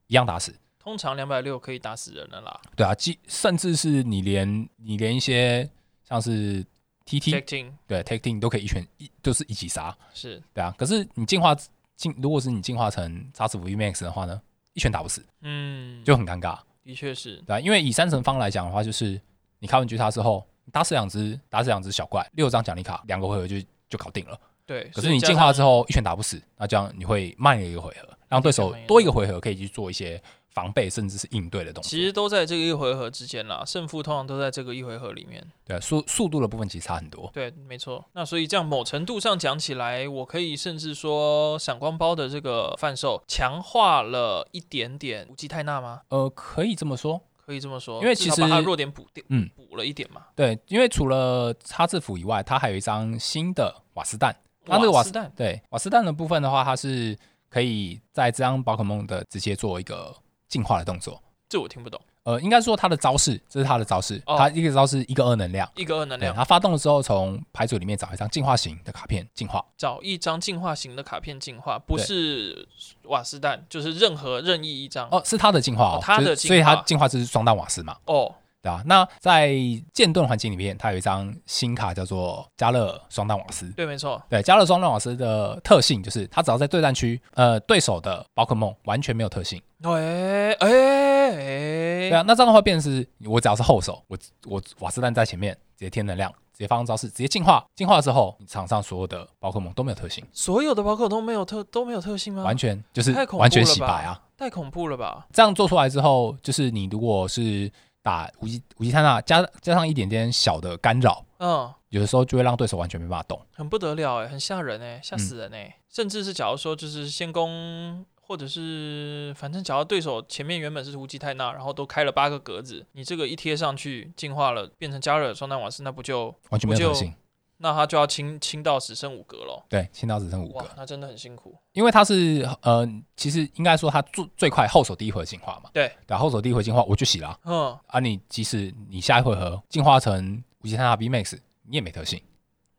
S2: 一样打死。
S1: 通常两百六可以打死人了啦。
S2: 对啊，即甚至是你连你连一些像是
S1: c h e
S2: TT
S1: c k i n
S2: 对 Take Team 都可以一拳一就是一起杀。
S1: 是，
S2: 对啊，可是你进化进，如果是你进化成杀死 V E Max 的话呢，一拳打不死
S1: 嗯，
S2: 就很尴尬，
S1: 的确是
S2: 对，吧、因为以三神方来讲的话，就是你开完狙杀之后，打死两只，打死两只小怪，六张奖励卡，两个回合就就搞定了。
S1: 对。
S2: 可
S1: 所
S2: 是
S1: 以
S2: 你
S1: 加
S2: 进化
S1: 上
S2: 之后一拳打不死，那这样你会慢了一个回合，让对手多一个回合可以去做一些防备甚至是应对的东西。
S1: 其实都在这个一回合之间啦，胜负通常都在这个一回合里面。
S2: 对啊、速速度的部分其实差很多。
S1: 对，没错。那所以这样某程度上讲起来，我可以甚至说闪光包的这个贩售强化了一点点无忌泰纳吗？
S2: 呃，可以这么说，
S1: 可以这么说，
S2: 因为
S1: 至
S2: 其
S1: 少把它
S2: 实
S1: 弱点补掉，
S2: 嗯
S1: 补了一点嘛。
S2: 对，因为除了插字符以外，它还有一张新的瓦斯弹。那这个瓦
S1: 瓦
S2: 斯
S1: 斯蛋
S2: 对瓦斯蛋的部分的话，它是可以在这张宝可梦的直接做一个进化的动作。
S1: 这我听不懂，
S2: 呃，应该说它的招式，这是它的招式，
S1: 哦
S2: 它一个招式一个二能量。
S1: 一个二能
S2: 对，
S1: 量，
S2: 它发动了之后，从牌组里面找一张进化型的卡片进化。
S1: 找一张进化型的卡片进化，不
S2: 对
S1: 是瓦斯蛋，就是任何任意一张。
S2: 哦，是它的进化
S1: 哦
S2: 哦，
S1: 它的
S2: 就是
S1: 进化
S2: 所以它进化就是双弹瓦斯嘛，
S1: 哦，
S2: 对吧、那在剑盾环境里面，它有一张新卡叫做加勒双弹瓦斯。
S1: 对，没错，
S2: 对，加勒双弹瓦斯的特性就是，它只要在对战区，呃，对手的宝可梦完全没有特性。
S1: 哎哎
S2: 对
S1: 哎，
S2: 啊，那这样的话，便是我只要是后手，我我瓦斯弹在前面，直接添能量，直接发动招式，直接进化，进化之后，你场上所有的宝可梦都没有特性，
S1: 所有的宝可都没有特都没有特性吗？
S2: 完全就是
S1: 嗯太恐怖
S2: 完全
S1: 了
S2: 洗
S1: 吧
S2: 白啊！
S1: 太恐怖了吧！
S2: 这样做出来之后，就是你如果是打无极无极探纳，加加上一点点小的干扰，
S1: 嗯，
S2: 有的时候就会让对手完全没办法动。
S1: 很不得了哎，很吓人哎，
S2: 嗯
S1: 吓死人哎！甚至是假如说就是先攻，或者是反正假如对手前面原本是无忌泰纳，然后都开了八个格子，你这个一贴上去进化了，变成加热双弹瓦斯，那不就
S2: 完全没有特性，
S1: 那他就要清清到只剩五格喽？
S2: 对，清到只剩五
S1: 哇
S2: 个，，
S1: 那真的很辛苦。
S2: 因为它是呃，其实应该说它最最快后手第一回合进化嘛，
S1: 对，
S2: 对啊，后手第一回合进化我就洗了啊，
S1: 嗯，
S2: 啊，你即使你下一回合进化成无极探纳 B Max，你也没特性。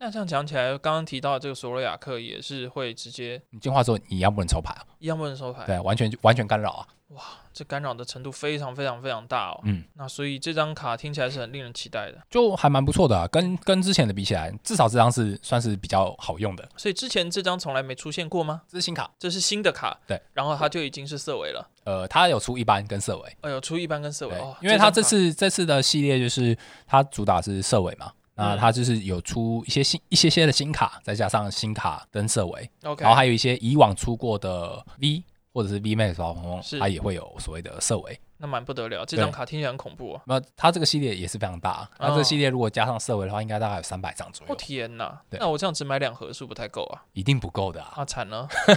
S1: 那这样讲起来，刚刚提到的这个索罗亚克也是会直接
S2: 你进化之后，你一样不能抽牌啊，
S1: 一样不能收牌，
S2: 对，完全完全干扰啊。
S1: 这干扰的程度非常非常非常大哦。
S2: 嗯，
S1: 那所以这张卡听起来是很令人期待的。
S2: 就还蛮不错的、啊，跟跟之前的比起来，至少这张是算是比较好用的。
S1: 所以之前这张从来没出现过吗？
S2: 这是新卡，
S1: 这是新的卡，
S2: 对，
S1: 然后它就已经是色违了。
S2: 呃，它有出一般跟色尾，
S1: 哎呦，出一般跟色违
S2: 对
S1: 哦，，
S2: 因为它这
S1: 张卡
S2: 次这次的系列就是它主打是色尾嘛，
S1: 嗯
S2: 那它就是有出一些新一些些的新卡，再加上新卡跟色尾，
S1: OK，
S2: 然后还有一些以往出过的 V 或者是 V Max 宝可梦
S1: 是，
S2: 它也会有所谓的色尾。
S1: 那蛮不得了，这
S2: 对
S1: 张卡听起来很恐怖哦。
S2: 那它这个系列也是非常大，
S1: 哦
S2: 那这个系列如果加上色尾的话，应该大概有三百张左
S1: 我
S2: 右，
S1: 哦天哪，
S2: 对
S1: 那我这样只买两盒是不太够啊，
S2: 一定不够的啊。
S1: 啊惨了。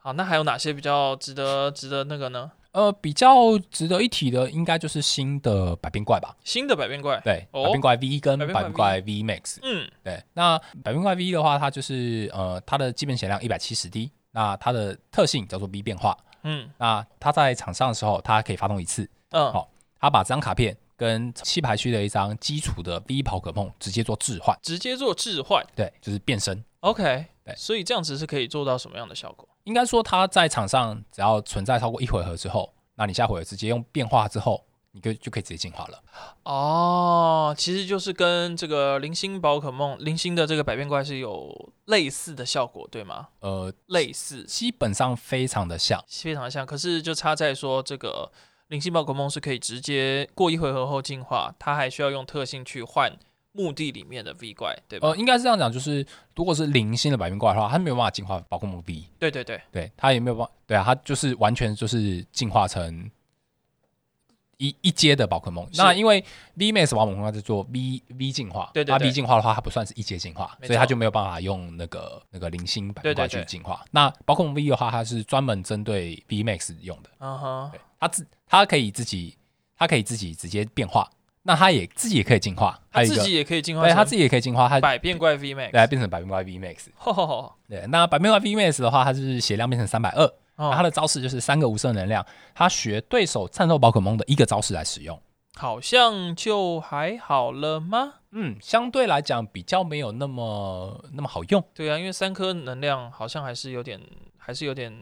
S1: 好，那还有哪些比较值得值得那个呢？
S2: 呃，比较值得一提的应该就是新的百变怪吧？
S1: 新的百变怪，
S2: 对，
S1: 哦
S2: 百变怪 V 跟
S1: 百变
S2: 百
S1: 怪
S2: 变怪 V Max。
S1: 嗯，
S2: 对，那百变怪 V 的话，它就是呃，它的基本血量一百七十滴，那它的特性叫做 V 变化。
S1: 嗯
S2: 那它在场上的时候，它可以发动一次，
S1: 嗯，
S2: 好它把这张卡片跟七排区的一张基础的 V 宝可梦直接做置换，
S1: 直接做置换
S2: 对，就是变身。
S1: ，OK，
S2: 对
S1: 所以这样子是可以做到什么样的效果？
S2: 应该说，它在场上只要存在超过一回合之后，那你下回合直接用变化之后，你就就可以直接进化了。
S1: 哦，其实就是跟这个零星宝可梦、零星的这个百变怪是有类似的效果，对吗？
S2: 呃，
S1: 类似，
S2: 基本上非常的像。
S1: 非常像，可是就差在说这个零星宝可梦是可以直接过一回合后进化，它还需要用特性去换墓地里面的 V 怪，对吧？
S2: 呃，应该是这样讲，就是如果是零星的百变怪的话，它没有办法进化宝可梦 V，
S1: 对对对，
S2: 对，它也没有办法，对啊，它就是完全就是进化成一一阶的宝可梦。
S1: 是
S2: 那因为 V Max 宝可梦它就做 V V 进化，
S1: 对对
S2: 它
S1: 对
S2: V 进化的话，它不算是一阶进化，
S1: 没错
S2: 所以它就没有办法用那个那个零星百变怪
S1: 对对对
S2: 去进化。那宝可梦 V 的话，它是专门针对 V Max 用的，
S1: 嗯哼，
S2: 对，它自它可以自己它可以自己直接变化。那它也自己也可以进化，还
S1: 它
S2: 有一
S1: 自
S2: 个
S1: 己也可以进化
S2: 对
S1: 成，
S2: 它自己也可以进化，它
S1: 百变怪 VMAX，
S2: 对它变成百变怪 VMAX。
S1: 吼吼吼，
S2: 对，那百变怪 VMAX 的话，它就是血量变成三百二，
S1: 哦
S2: 然后它的招式就是三个无色能量，它学对手战斗宝可梦的一个招式来使用。
S1: 好像就还好了吗？
S2: 嗯，相对来讲比较没有那么那么好用。
S1: 对啊，因为三颗能量好像还是有点，还是有点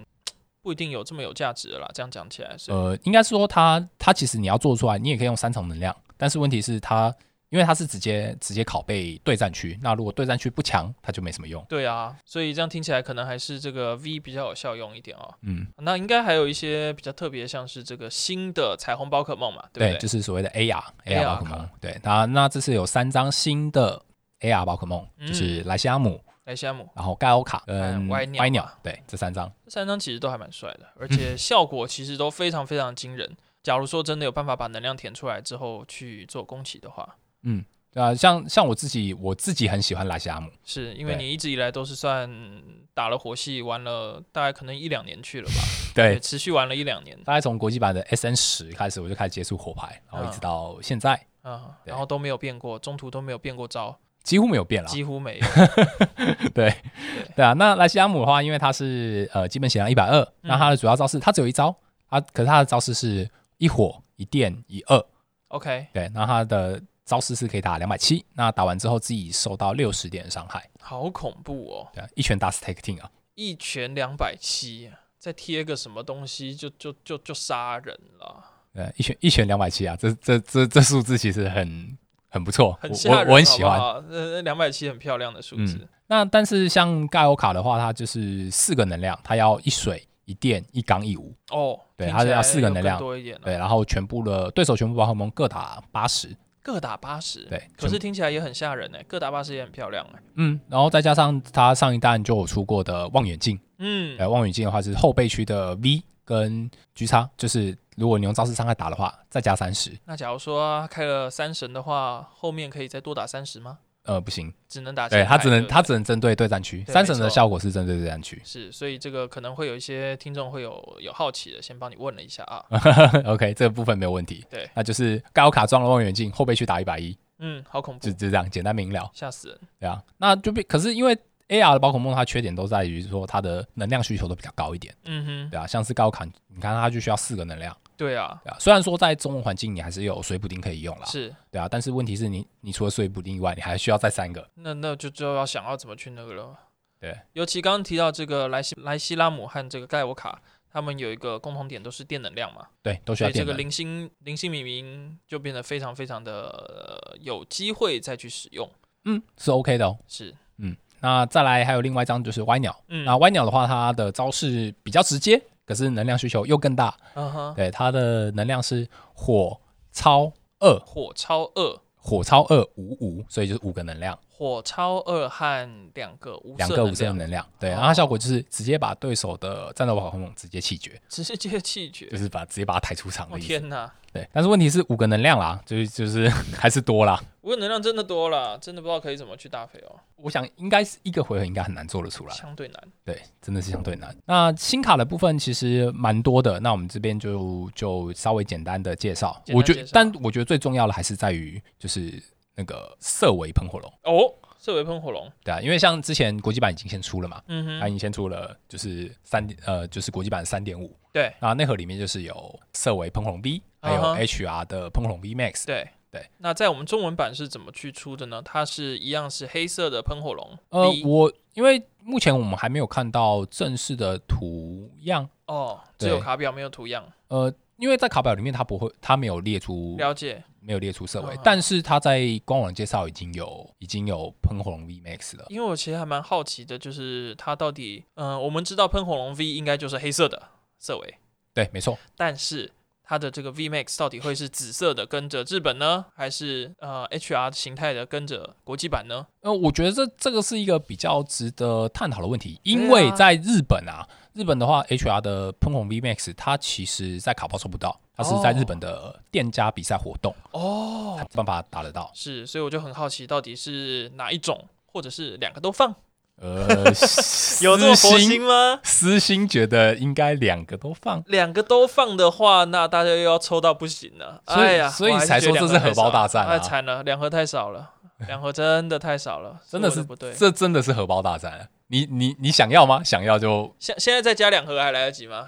S1: 不一定有这么有价值了啦。这样讲起来是，
S2: 呃，应该是说它它其实你要做出来，你也可以用三重能量，但是问题是它因为它是直接直接拷贝对战区，那如果对战区不强，它就没什么用。
S1: 对啊，所以这样听起来可能还是这个 V 比较有效用一点哦。
S2: 嗯，
S1: 那应该还有一些比较特别，像是这个新的彩虹宝可梦嘛，
S2: 对，
S1: 不
S2: 就
S1: 对？
S2: 是所谓的 AR
S1: AR
S2: 宝可梦。对，那那这次有三张新的 AR 宝可梦，
S1: 嗯
S2: 就是莱西阿姆，
S1: 莱西亚姆
S2: 然后盖欧卡跟
S1: 嗯歪鸟
S2: 歪鸟
S1: 嘛，
S2: 对，这三张。
S1: 这三张其实都还蛮帅的， 而且效果其实都非常非常惊人。假如说真的有办法把能量填出来之后去做攻击的话，
S2: 对啊，像像我自己，我自己很喜欢莱西阿姆，
S1: 是因为
S2: 对
S1: 你一直以来都是算打了火系，玩了大概可能一两年去 了吧，
S2: 对，
S1: 持续玩了一两年
S2: 大概从国际版的 SN 十开始，我就开始接触火牌，然
S1: 嗯
S2: 后一直到现在、
S1: 啊，
S2: 对
S1: 然后都没有变过，中途都没有变过招，
S2: 几乎没有变啦。
S1: 几乎没有。
S2: 对，对啊。那莱西阿姆的话，因为它是呃基本血量一百二，那
S1: 嗯
S2: 它的主要招式它只有一招，它可是它的招式是一火一电一二，
S1: OK，
S2: 对，那它的招式是可以打两百七，那打完之后自己受到六十点的伤害，
S1: 好恐怖哦，
S2: 对、啊，一拳打死 Take Team 啊，
S1: 一拳两百七，再贴个什么东西就就就就杀人了，
S2: 对，啊一拳一拳两百七啊，这这这这数字其实很很不错，
S1: 很嗯
S2: 我
S1: 吓人
S2: 我我很喜欢。
S1: 好不好呃，两百七很漂亮的数字。
S2: 那但是像盖欧卡的话，它就是四个能量，它要一水一电一钢一无，
S1: 哦，
S2: 对
S1: 听
S2: 它
S1: 起
S2: 要
S1: 来
S2: 四个
S1: 有更
S2: 能量
S1: 多一点了，
S2: 对，然后全部的对手全部宝可梦各打八十，
S1: 各打八十，
S2: 对
S1: 可
S2: 全
S1: 是
S2: 部
S1: 听起来也很吓人呢，欸各打八十也很漂亮哎，
S2: 嗯，然后再加上它上一弹就有出过的望远镜，
S1: 嗯，
S2: 呃，望远镜的话是后备区的 V 跟 G 叉，就是如果你用招式伤害打的话，再加三十，
S1: 那假如说开了三神的话，后面可以再多打三十吗？
S2: 呃，不行，
S1: 只能打
S2: 对，
S1: 前
S2: 它
S1: 排
S2: 只能
S1: 对不
S2: 它
S1: 对
S2: 只能针对对战区，
S1: 对
S2: 三
S1: 没
S2: 神的
S1: 错
S2: 效果是针对对战区
S1: 是，所以这个可能会有一些听众会有有好奇的，先帮你问了一下啊。
S2: ，OK，这个部分没有问题，
S1: 对，
S2: 那就是盖欧卡装了望远镜，后备区打一百一，
S1: 嗯，好恐
S2: 就
S1: 怖，
S2: 就这样简单明了。
S1: 吓死人。
S2: 对啊，那就变可是因为 AR 的宝可梦，它缺点都在于说它的能量需求都比较高一点，
S1: 嗯哼，
S2: 对啊，像是高卡，你看它就需要四个能量，
S1: 对啊，
S2: 对啊。虽然说在中文环境你还是有水补丁可以用啦，
S1: 是，
S2: 对啊，但是问题是你你除了水补丁以外，你还需要再三个，
S1: 那那就就要想要怎么去那个了。
S2: 对，
S1: 尤其刚刚提到这个莱西莱西拉姆和这个盖沃卡，他们有一个共同点，都是电能量嘛，
S2: 对，都需
S1: 所
S2: 要
S1: 以这
S2: 电
S1: 个
S2: 能。
S1: 零星零星明明就变得非常非常的、呃有机会再去使用。
S2: 嗯，是 OK 的哦。
S1: 是，
S2: 那再来还有另外一张就是歪鸟，
S1: 嗯，
S2: 那歪鸟的话，它的招式比较直接，可是能量需求又更大，
S1: 嗯哼，
S2: 对，它的能量是火超二，
S1: 火超二，
S2: 火超二五五，所以就是五个能量。
S1: 火超二和两个无
S2: 两
S1: 色
S2: 个
S1: 能
S2: 无色
S1: 量
S2: 能量，对，
S1: 哦
S2: 然后它效果就是直接把对手的战斗宝可梦直接气绝，
S1: 直接气绝
S2: 就。是把直接把它抬出场
S1: 我、
S2: 的意思。
S1: 哦天哪，
S2: 对，但是问题是五个能量啦，就是就是 还是多啦。
S1: 无能量真的多了，真的不知道可以怎么去搭配哦，
S2: 我想应该是一个回合应该很难做得出来，
S1: 相对难。
S2: 对，真的是相对难。那新卡的部分其实蛮多的，那我们这边就就稍微简单的介绍。
S1: 简单
S2: 我觉
S1: 介绍
S2: 但我觉得最重要的还是在于就是那个色违喷火龙，
S1: 哦，色为喷火龙，
S2: 对啊，因为像之前国际版已经先出了嘛，
S1: 嗯
S2: 它
S1: 哼，
S2: 已经先出了就是三呃就是国际版三点五，
S1: 对
S2: 啊，内核里面就是有色为喷火龙 V，还有
S1: 嗯哼
S2: HR 的喷火龙 V Max。
S1: 对
S2: 对。
S1: 那在我们中文版是怎么去出的呢？它是一样是黑色的喷火龙，
S2: 呃
S1: B，
S2: 我因为目前我们还没有看到正式的图样，
S1: 哦，只有
S2: 对
S1: 卡表没有图样，
S2: 呃，因为在卡表里面它不会，它没有列出
S1: 了解。
S2: 没有列出色违
S1: 嗯，
S2: 但是它在官网介绍已经有已经有喷火龙 V Max 了。
S1: 因为我其实还蛮好奇的，就是它到底，嗯、我们知道喷火龙 V 应该就是黑色的色尾，
S2: 对，没错，
S1: 但是它的这个 V Max 到底会是紫色的跟着日本呢，还是呃 HR 形态的跟着国际版呢？
S2: 呃，我觉得这这个是一个比较值得探讨的问题，
S1: 对
S2: 因
S1: 啊
S2: 为在日本啊，日本的话，HR 的喷火龙 V Max 它其实在卡包抽不到，它是在
S1: 哦
S2: 日本的店家比赛活动
S1: 哦，
S2: 才有办法打得到。
S1: 是，所以我就很好奇，到底是哪一种，或者是两个都放？
S2: 呃，
S1: 有这么佛
S2: 私
S1: 心吗？
S2: 私心觉得应该两个都放，
S1: 两个都放的话，那大家又要抽到不行了。
S2: 所以
S1: 哎呀，
S2: 所以
S1: 我还是
S2: 才说
S1: 觉得
S2: 这是
S1: 两盒太
S2: 荷包
S1: 少
S2: 大战啊
S1: 哎，惨了，两盒太少 了，两盒真的太少了，
S2: 真的
S1: 我
S2: 是
S1: 不对。
S2: 这真的是荷包大战。啊你你你想要吗？想要就
S1: 现现在再加两盒还来得及 吗？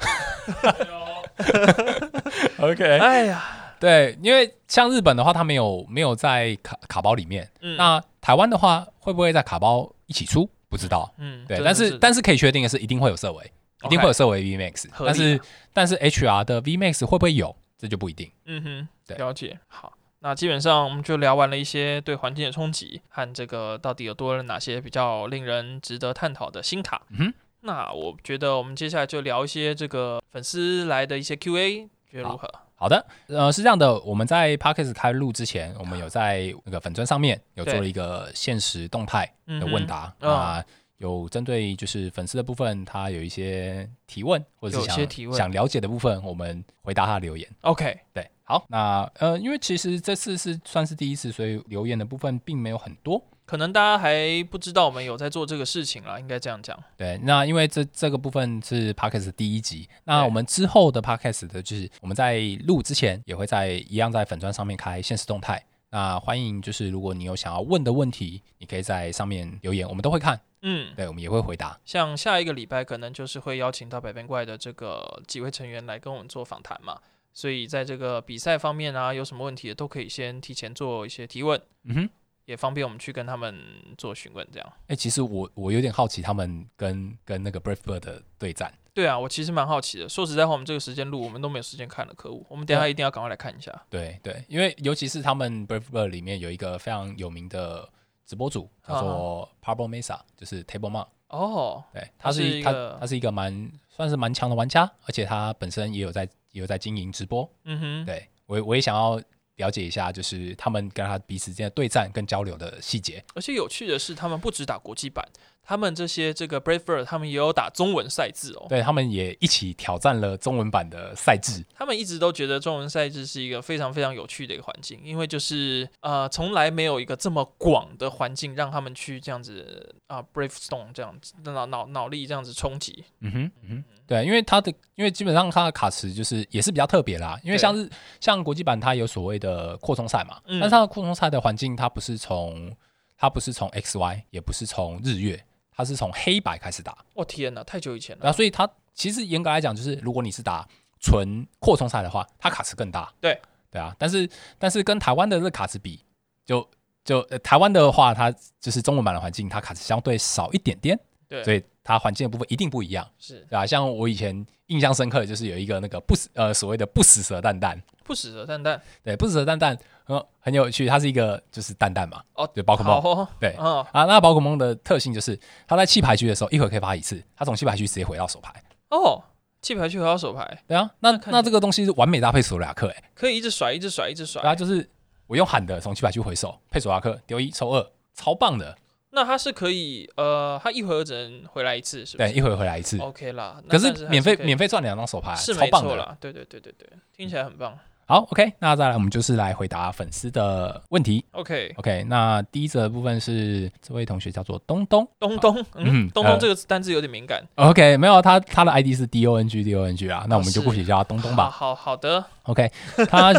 S2: OK。
S1: 哎呀，
S2: 对，因为像日本的话，它没有没有在卡卡包里面。
S1: 嗯
S2: 那台湾的话，会不会在卡包一起出？不知道。
S1: 嗯，
S2: 对，
S1: 真的
S2: 但是但是可以确定的是，一定会有色违，一定会有
S1: OK
S2: 色违 VMAX。
S1: 合理啊
S2: 但是但是 HR 的 VMAX 会不会有，这就不一定。
S1: 嗯哼，
S2: 对
S1: 了解。好，那基本上我们就聊完了一些对环境的冲击和这个到底有多了哪些比较令人值得探讨的新卡。
S2: 嗯哼，
S1: 那我觉得我们接下来就聊一些这个粉丝来的一些 Q&A，觉得如何？
S2: 好的，呃，是这样的，我们在 p a c k a s 开录之前，我们有在那个粉砖上面有做了一个限时动态
S1: 嗯
S2: 的
S1: 哼，
S2: 问答啊、
S1: 嗯
S2: 那有针对就是粉丝的部分，他有一些提问或者是
S1: 有一
S2: 想
S1: 些提问
S2: 想了解的部分，我们回答他的留言。
S1: OK，
S2: 对，好，那呃，因为其实这次是算是第一次，所以留言的部分并没有很多。
S1: 可能大家还不知道我们有在做这个事情啦，应该这样讲。
S2: 对，那因为这这个部分是 podcast 第一集，那
S1: 对
S2: 我们之后的 podcast 的就是我们在录之前也会在一样在粉砖上面开现实动态。那欢迎，就是如果你有想要问的问题，你可以在上面留言，我们都会看，
S1: 嗯，
S2: 对我们也会回答。
S1: 像下一个礼拜可能就是会邀请到百变怪的这个几位成员来跟我们做访谈嘛，所以在这个比赛方面啊，有什么问题都可以先提前做一些提问，
S2: 嗯哼，
S1: 也方便我们去跟他们做询问。这样，
S2: 哎、其实我我有点好奇他们跟跟那个 Brave Bird 的对战，
S1: 对啊，我其实蛮好奇的。说实在话，我们这个时间录，我们都没有时间看了，可恶！我们等一下一定要赶快来看一下。
S2: 对对，因为尤其是他们 Brave Bird 里面有一个非常有名的直播主，叫做 Pablo Mesa，就是 Table Mom。
S1: 哦，
S2: 对，
S1: 他
S2: 他
S1: 是
S2: 是
S1: 一
S2: 一
S1: 个
S2: 他他是一个蛮算是蛮强的玩家，而且他本身也有在也有在经营直播。
S1: 嗯哼，
S2: 对我我也想要了解一下，就是他们跟他彼此之间的对战跟交流的细节。
S1: 而且有趣的是，他们不只打国际版，他们这些这个 Brave Bird，他们也有打中文赛制哦。
S2: 对他们也一起挑战了中文版的赛制。
S1: 他们一直都觉得中文赛制是一个非常非常有趣的一个环境，因为就是呃，从来没有一个这么广的环境让他们去这样子啊、b r a v e Stone 这样子脑脑脑力这样子冲击。
S2: 嗯哼，嗯哼，对，因为他的因为基本上他的卡池就是也是比较特别啦，因为
S1: 对
S2: 像是像国际版它有所谓的扩充赛嘛，
S1: 嗯
S2: 但是它的扩充赛的环境它不是从它不是从 X Y，也不是从日月，它是从黑白开始打。
S1: 我、天哪，太久以前了。
S2: 然后所以它其实严格来讲，就是如果你是打纯扩充赛的话，它卡池更大。
S1: 对
S2: 对啊，但是但是跟台湾的这个卡池比，就就、呃台湾的话，它就是中文版的环境，它卡池相对少一点点，
S1: 对，
S2: 所以它环境的部分一定不一样，
S1: 是
S2: 对啊，像我以前印象深刻的就是有一个那个不死呃所谓的不死蛇蛋蛋，
S1: 不死的蛋蛋
S2: 对，不死蛇蛋蛋很很有趣，它是一个就是蛋蛋嘛，
S1: 哦，
S2: 对，宝可
S1: 好
S2: 梦。
S1: 哦，
S2: 对
S1: 哦
S2: 啊，那宝可梦的特性就是，它在弃牌区的时候，一会可以发一次，它从弃牌区直接回到手牌。
S1: 哦，弃牌去回到手牌，
S2: 对啊，那
S1: 那看起来
S2: 那这个东西是完美搭配索罗亚克、欸，
S1: 可以一直甩，一直甩，一直甩。
S2: 然后就是我用喊的从七百去回手，配索罗亚克丢一抽二，超棒的，
S1: 那它是可以呃，它一回合只能回来一次，是不
S2: 对，
S1: 是？
S2: 一回回来一次，
S1: OK 啦，那
S2: 可
S1: 但是
S2: 免费免
S1: 费
S2: 费赚两张手牌，
S1: 是
S2: 超
S1: 没
S2: 棒
S1: 错
S2: 的。
S1: 啦，对对对对对，听起来很棒。
S2: 好，OK，那再来我们就是来回答粉丝的问题。
S1: OK，
S2: OK，那第一则的部分是这位同学叫做东东
S1: 东东，嗯，
S2: 嗯
S1: 东东
S2: 呃
S1: 这个单字有点敏感。
S2: ，OK，没有啊他他的 ID 是 D O N G D O N G 啊，那我们就
S1: 哦
S2: 姑
S1: 是
S2: 且叫他东东吧。
S1: 好好好的
S2: OK，他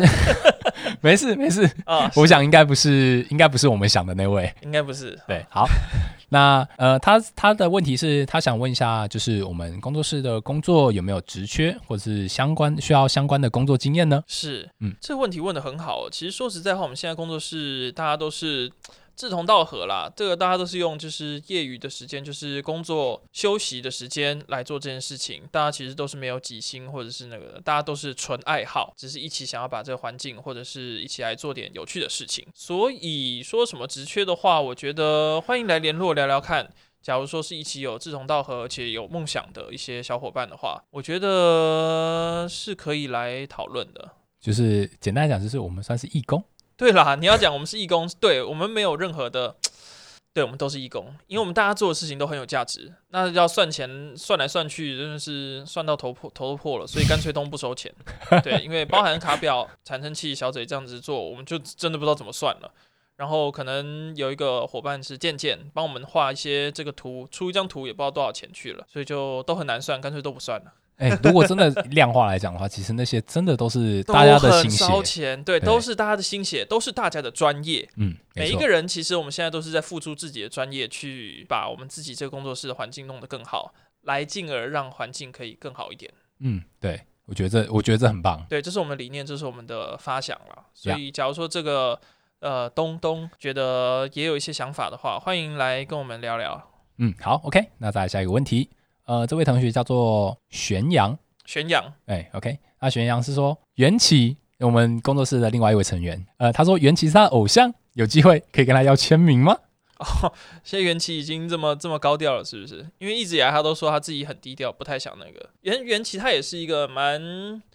S2: 没事没事，
S1: 啊，
S2: 我想应该不是应该不是我们想的那位。
S1: 应该不是。
S2: 对，好， 那呃，他他的问题是，他想问一下，就是我们工作室的工作有没有职缺，或者是相关需要相关的工作经验呢？
S1: 是，
S2: 嗯
S1: 这个问题问的很好哦。其实说实在话，我们现在工作室大家都是志同道合啦，这个大家都是用就是业余的时间，就是工作休息的时间来做这件事情。大家其实都是没有几星或者是那个的，大家都是纯爱好，只是一起想要把这个环境或者是一起来做点有趣的事情。所以说什么职缺的话，我觉得欢迎来联络聊聊看。假如说是一起有志同道合而且有梦想的一些小伙伴的话，我觉得是可以来讨论的。
S2: 就是简单来讲，就是我们算是义工，
S1: 对啦，你要讲我们是义工，对我们没有任何的，对我们都是义工，因为我们大家做的事情都很有价值。那要算钱，算来算去，真的是算到头破头都破了，所以干脆都不收钱。对，因为包含卡表、产生器、小嘴这样子做，我们就真的不知道怎么算了。然后可能有一个伙伴是健健，帮我们画一些这个图，出一张图也不知道多少钱去了，所以就都很难算，干脆都不算了。
S2: 哎、如 果真的量化来讲的话，其实那些真的都是大家
S1: 都
S2: 的
S1: 很
S2: 心血，
S1: 烧钱，对，
S2: 对
S1: 都是大家的心血，都是大家的专业。
S2: 嗯，没
S1: 每一
S2: 错
S1: 个，人其实我们现在都是在付出自己的专业，去把我们自己这个工作室的环境弄得更好，来进而让环境可以更好一点。
S2: 嗯，对，我觉得这我觉得这很棒，
S1: 对，这是我们的理念，这是我们的发想啦。所以，假如说这个呃东东觉得也有一些想法的话，欢迎来跟我们聊聊。
S2: 嗯，好，OK，那再来下一个问题，呃，这位同学叫做玄阳，
S1: 玄养
S2: 哎，OK，那玄阳是说缘起，我们工作室的另外一位成员，呃，他说缘起是他的偶像，有机会可以跟他要签名吗？
S1: 哦，现在元奇已经这么这么高调了，是不是？因为一直以来他都说他自己很低调，不太想那个。元元奇他也是一个蛮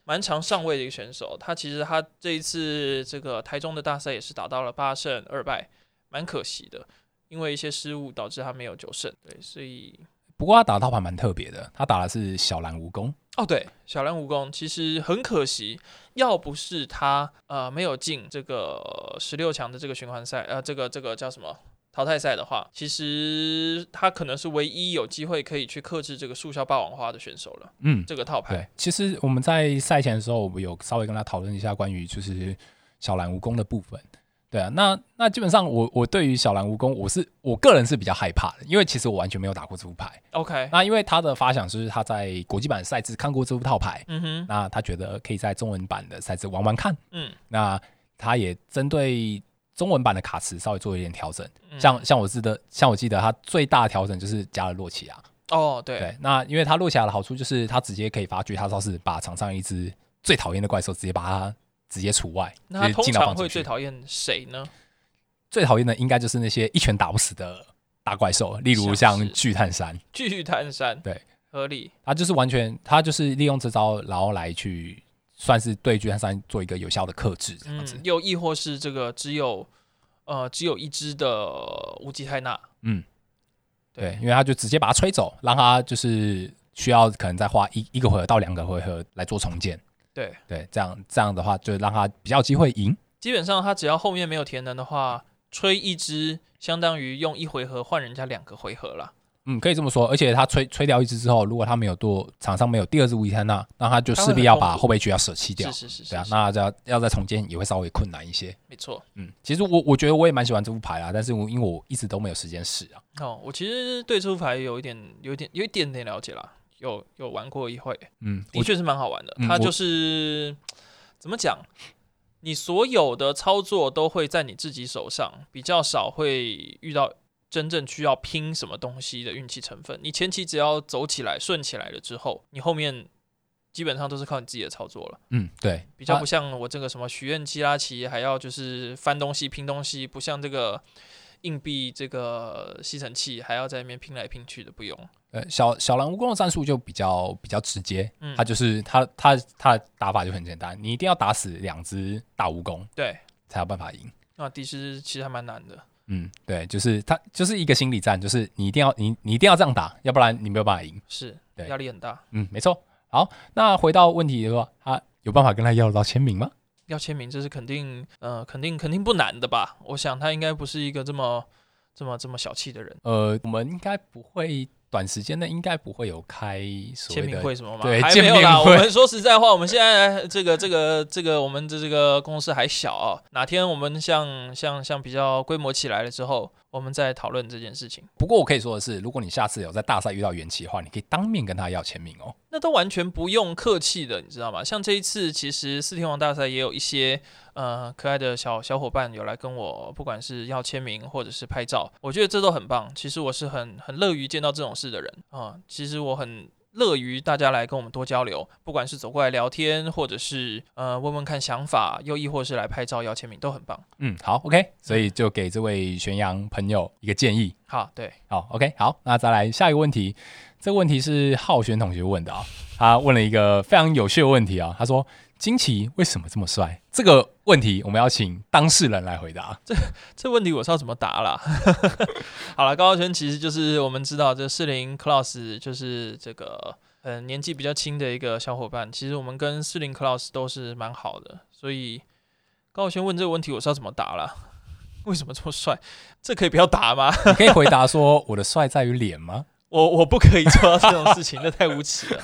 S1: 蛮常上位的一个选手，他其实他这一次这个台中的大赛也是打到了八胜二败，蛮可惜的，因为一些失误导致他没有九胜。对，所以
S2: 不过他打的套牌蛮特别的，他打的是小蓝蜈蚣，
S1: 哦，对，小蓝蜈蚣其实很可惜，要不是他呃没有进这个十六强的这个循环赛，呃，这个这个叫什么淘汰赛的话，其实他可能是唯一有机会可以去克制这个速效霸王花的选手了。
S2: 嗯，
S1: 这个套牌，
S2: 对，其实我们在赛前的时候，我们有稍微跟他讨论一下关于就是小蓝蜈蚣的部分。对啊，那那基本上我我对于小蓝蜈蚣，我是我个人是比较害怕的，因为其实我完全没有打过这副牌。
S1: OK，
S2: 那因为他的发想就是他在国际版赛制看过这副套牌，
S1: 嗯哼，
S2: 那他觉得可以在中文版的赛制玩玩看。
S1: 嗯，
S2: 那他也针对中文版的卡池稍微做一点调整，
S1: 嗯
S2: 像像我记得像我记得他最大的调整就是加了洛奇亚，
S1: 哦，对，
S2: 对，那因为它落起来的好处就是它直接可以发掘它超市，把场上一只最讨厌的怪兽直接把它直接除外，
S1: 那他
S2: 直接
S1: 通
S2: 尽量
S1: 常
S2: 放出
S1: 会
S2: 去
S1: 最讨厌谁呢？
S2: 最讨厌的应该就是那些一拳打不死的大怪兽，例如
S1: 像
S2: 像
S1: 是
S2: 巨碳山，
S1: 巨炭山，
S2: 对，
S1: 合理，
S2: 它就是完全它就是利用这招，然后来去算是对巨碳山做一个有效的克制这
S1: 嗯
S2: 样子，。
S1: 又亦或是这个只有呃只有一只的无极泰纳，
S2: 嗯，对
S1: 对，，
S2: 因为它就直接把它吹走，让它就是需要可能再花一一个回合到两个回合来做重建。
S1: 对。
S2: 对，这样这样的话，就让它比较有机会赢。
S1: 基本上他只要后面没有填能的话，吹一支相当于用一回合换人家两个回合啦。
S2: 嗯，可以这么说。而且他吹吹掉一只之后，如果他没有剁，场上没有第二只乌伊泰纳，那他就势必要把后备区要舍弃掉
S1: 是。是是是
S2: 对啊，
S1: 是
S2: 那要要再重建也会稍微困难一些。
S1: 没错。
S2: 嗯，其实我我觉得我也蛮喜欢这副牌啊，但是我因为我一直都没有时间试啊。
S1: 哦，我其实对这副牌有一点、有一点、有一点点了解啦，有有玩过一会，
S2: 嗯，
S1: 的确是蛮好玩的。
S2: 嗯
S1: 它
S2: 我
S1: 就是怎么讲，你所有的操作都会在你自己手上，比较少会遇到。真正需要拼什么东西的运气成分，你前期只要走起来、顺起来了之后，你后面基本上都是靠你自己的操作了。
S2: 嗯，对，
S1: 比较
S2: 啊
S1: 不像我这个什么许愿基拉奇，还要就是翻东西拼东西，不像这个硬币这个吸尘器还要在那边拼来拼去的，不用。
S2: 呃小小蓝蜈蚣的战术就比较比较直接，
S1: 嗯
S2: 他就是他他他的打法就很简单，你一定要打死两只大蜈蚣
S1: 对，
S2: 才有办法赢。
S1: 那迪斯其实还蛮难的。
S2: 嗯，对，就是他就是一个心理战，就是你一定要你你一定要这样打，要不然你没有办法赢。
S1: 是
S2: 对
S1: 压力很大，
S2: 嗯，没错。好，那回到问题的话，他有办法跟他要得到签名吗？
S1: 要签名这是肯定，呃，肯定肯定不难的吧？我想他应该不是一个这么这么这么小气的人，
S2: 呃，我们应该不会短时间内应该不会有开所
S1: 签
S2: 谓
S1: 名
S2: 的
S1: 会什么吗？
S2: 对
S1: 还
S2: 见
S1: 没有啦。
S2: 面
S1: 我
S2: 会
S1: 们说实在话，我们现在这个这个这个我们的这个公司还小啊，哪天我们像像像比较规模起来了之后，我们再讨论这件事情。
S2: 不过我可以说的是，如果你下次有在大赛遇到元气的话，你可以当面跟他要签名哦。
S1: 那都完全不用客气的，你知道吗？像这一次，其实四天王大赛也有一些呃可爱的小小伙伴有来跟我，不管是要签名或者是拍照，我觉得这都很棒。其实我是很很乐于见到这种事的人啊、其实我很。乐于大家来跟我们多交流，不管是走过来聊天，或者是呃问问看想法，又亦或是来拍照要签名，都很棒。
S2: 嗯，好，OK，所以就给这位玄阳朋友一个建议。
S1: 好，对，
S2: 好，OK，好，那再来下一个问题。这个问题是浩轩同学问的啊、他问了一个非常有趣的问题啊、他说：“金奇为什么这么帅？”这个问题我们要请当事人来回答。
S1: 这问题我是要怎么答啦？ 好了，高浩轩其实就是我们知道这四零 class 就是这个嗯、呃年纪比较轻的一个小伙伴，其实我们跟四零 class 都是蛮好的，所以高浩轩问这个问题我是要怎么答啦？ 为什么这么帅？这可以不要打吗？
S2: 你可以回答说我的帅在于脸吗
S1: 我我不可以做到这种事情，那太无耻了。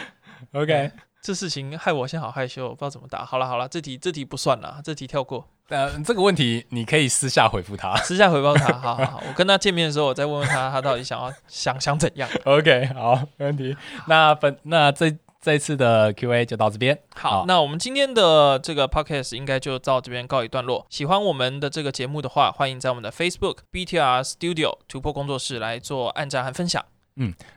S2: ？OK，
S1: 这事情害我现在好害羞，我不知道怎么打。好了好了，这题这题不算了，这题跳过，
S2: 呃，这个问题你可以私下回复他。
S1: 私下回报他。 好好好，我跟他见面的时候，我再问问他，他到底想要想想怎样。
S2: OK，好，没问题。那本那这这一次的 Q&A 就到这边。
S1: 好，那我们今天的这个 podcast 应该就到这边告一段落。喜欢我们的这个节目的话，欢迎在我们的 Facebook BTR Studio 突破工作室来做按赞和分享。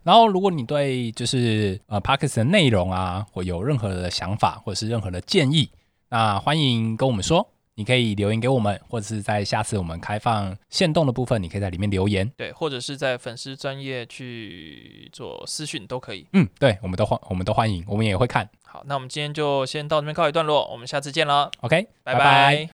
S2: 然后，如果你对就是呃 p a r k e s 的内容啊，或有任何的想法或者是任何的建议，那欢迎跟我们说。你可以留言给我们，或者是在下次我们开放限动的部分，你可以在里面留言。
S1: 对，或者是在粉丝专业去做私讯都可以。
S2: 嗯，对，我们都欢，我们都欢迎，我们也会看。
S1: 好，那我们今天就先到这边告一段落，我们下次见了，
S2: OK，
S1: 拜拜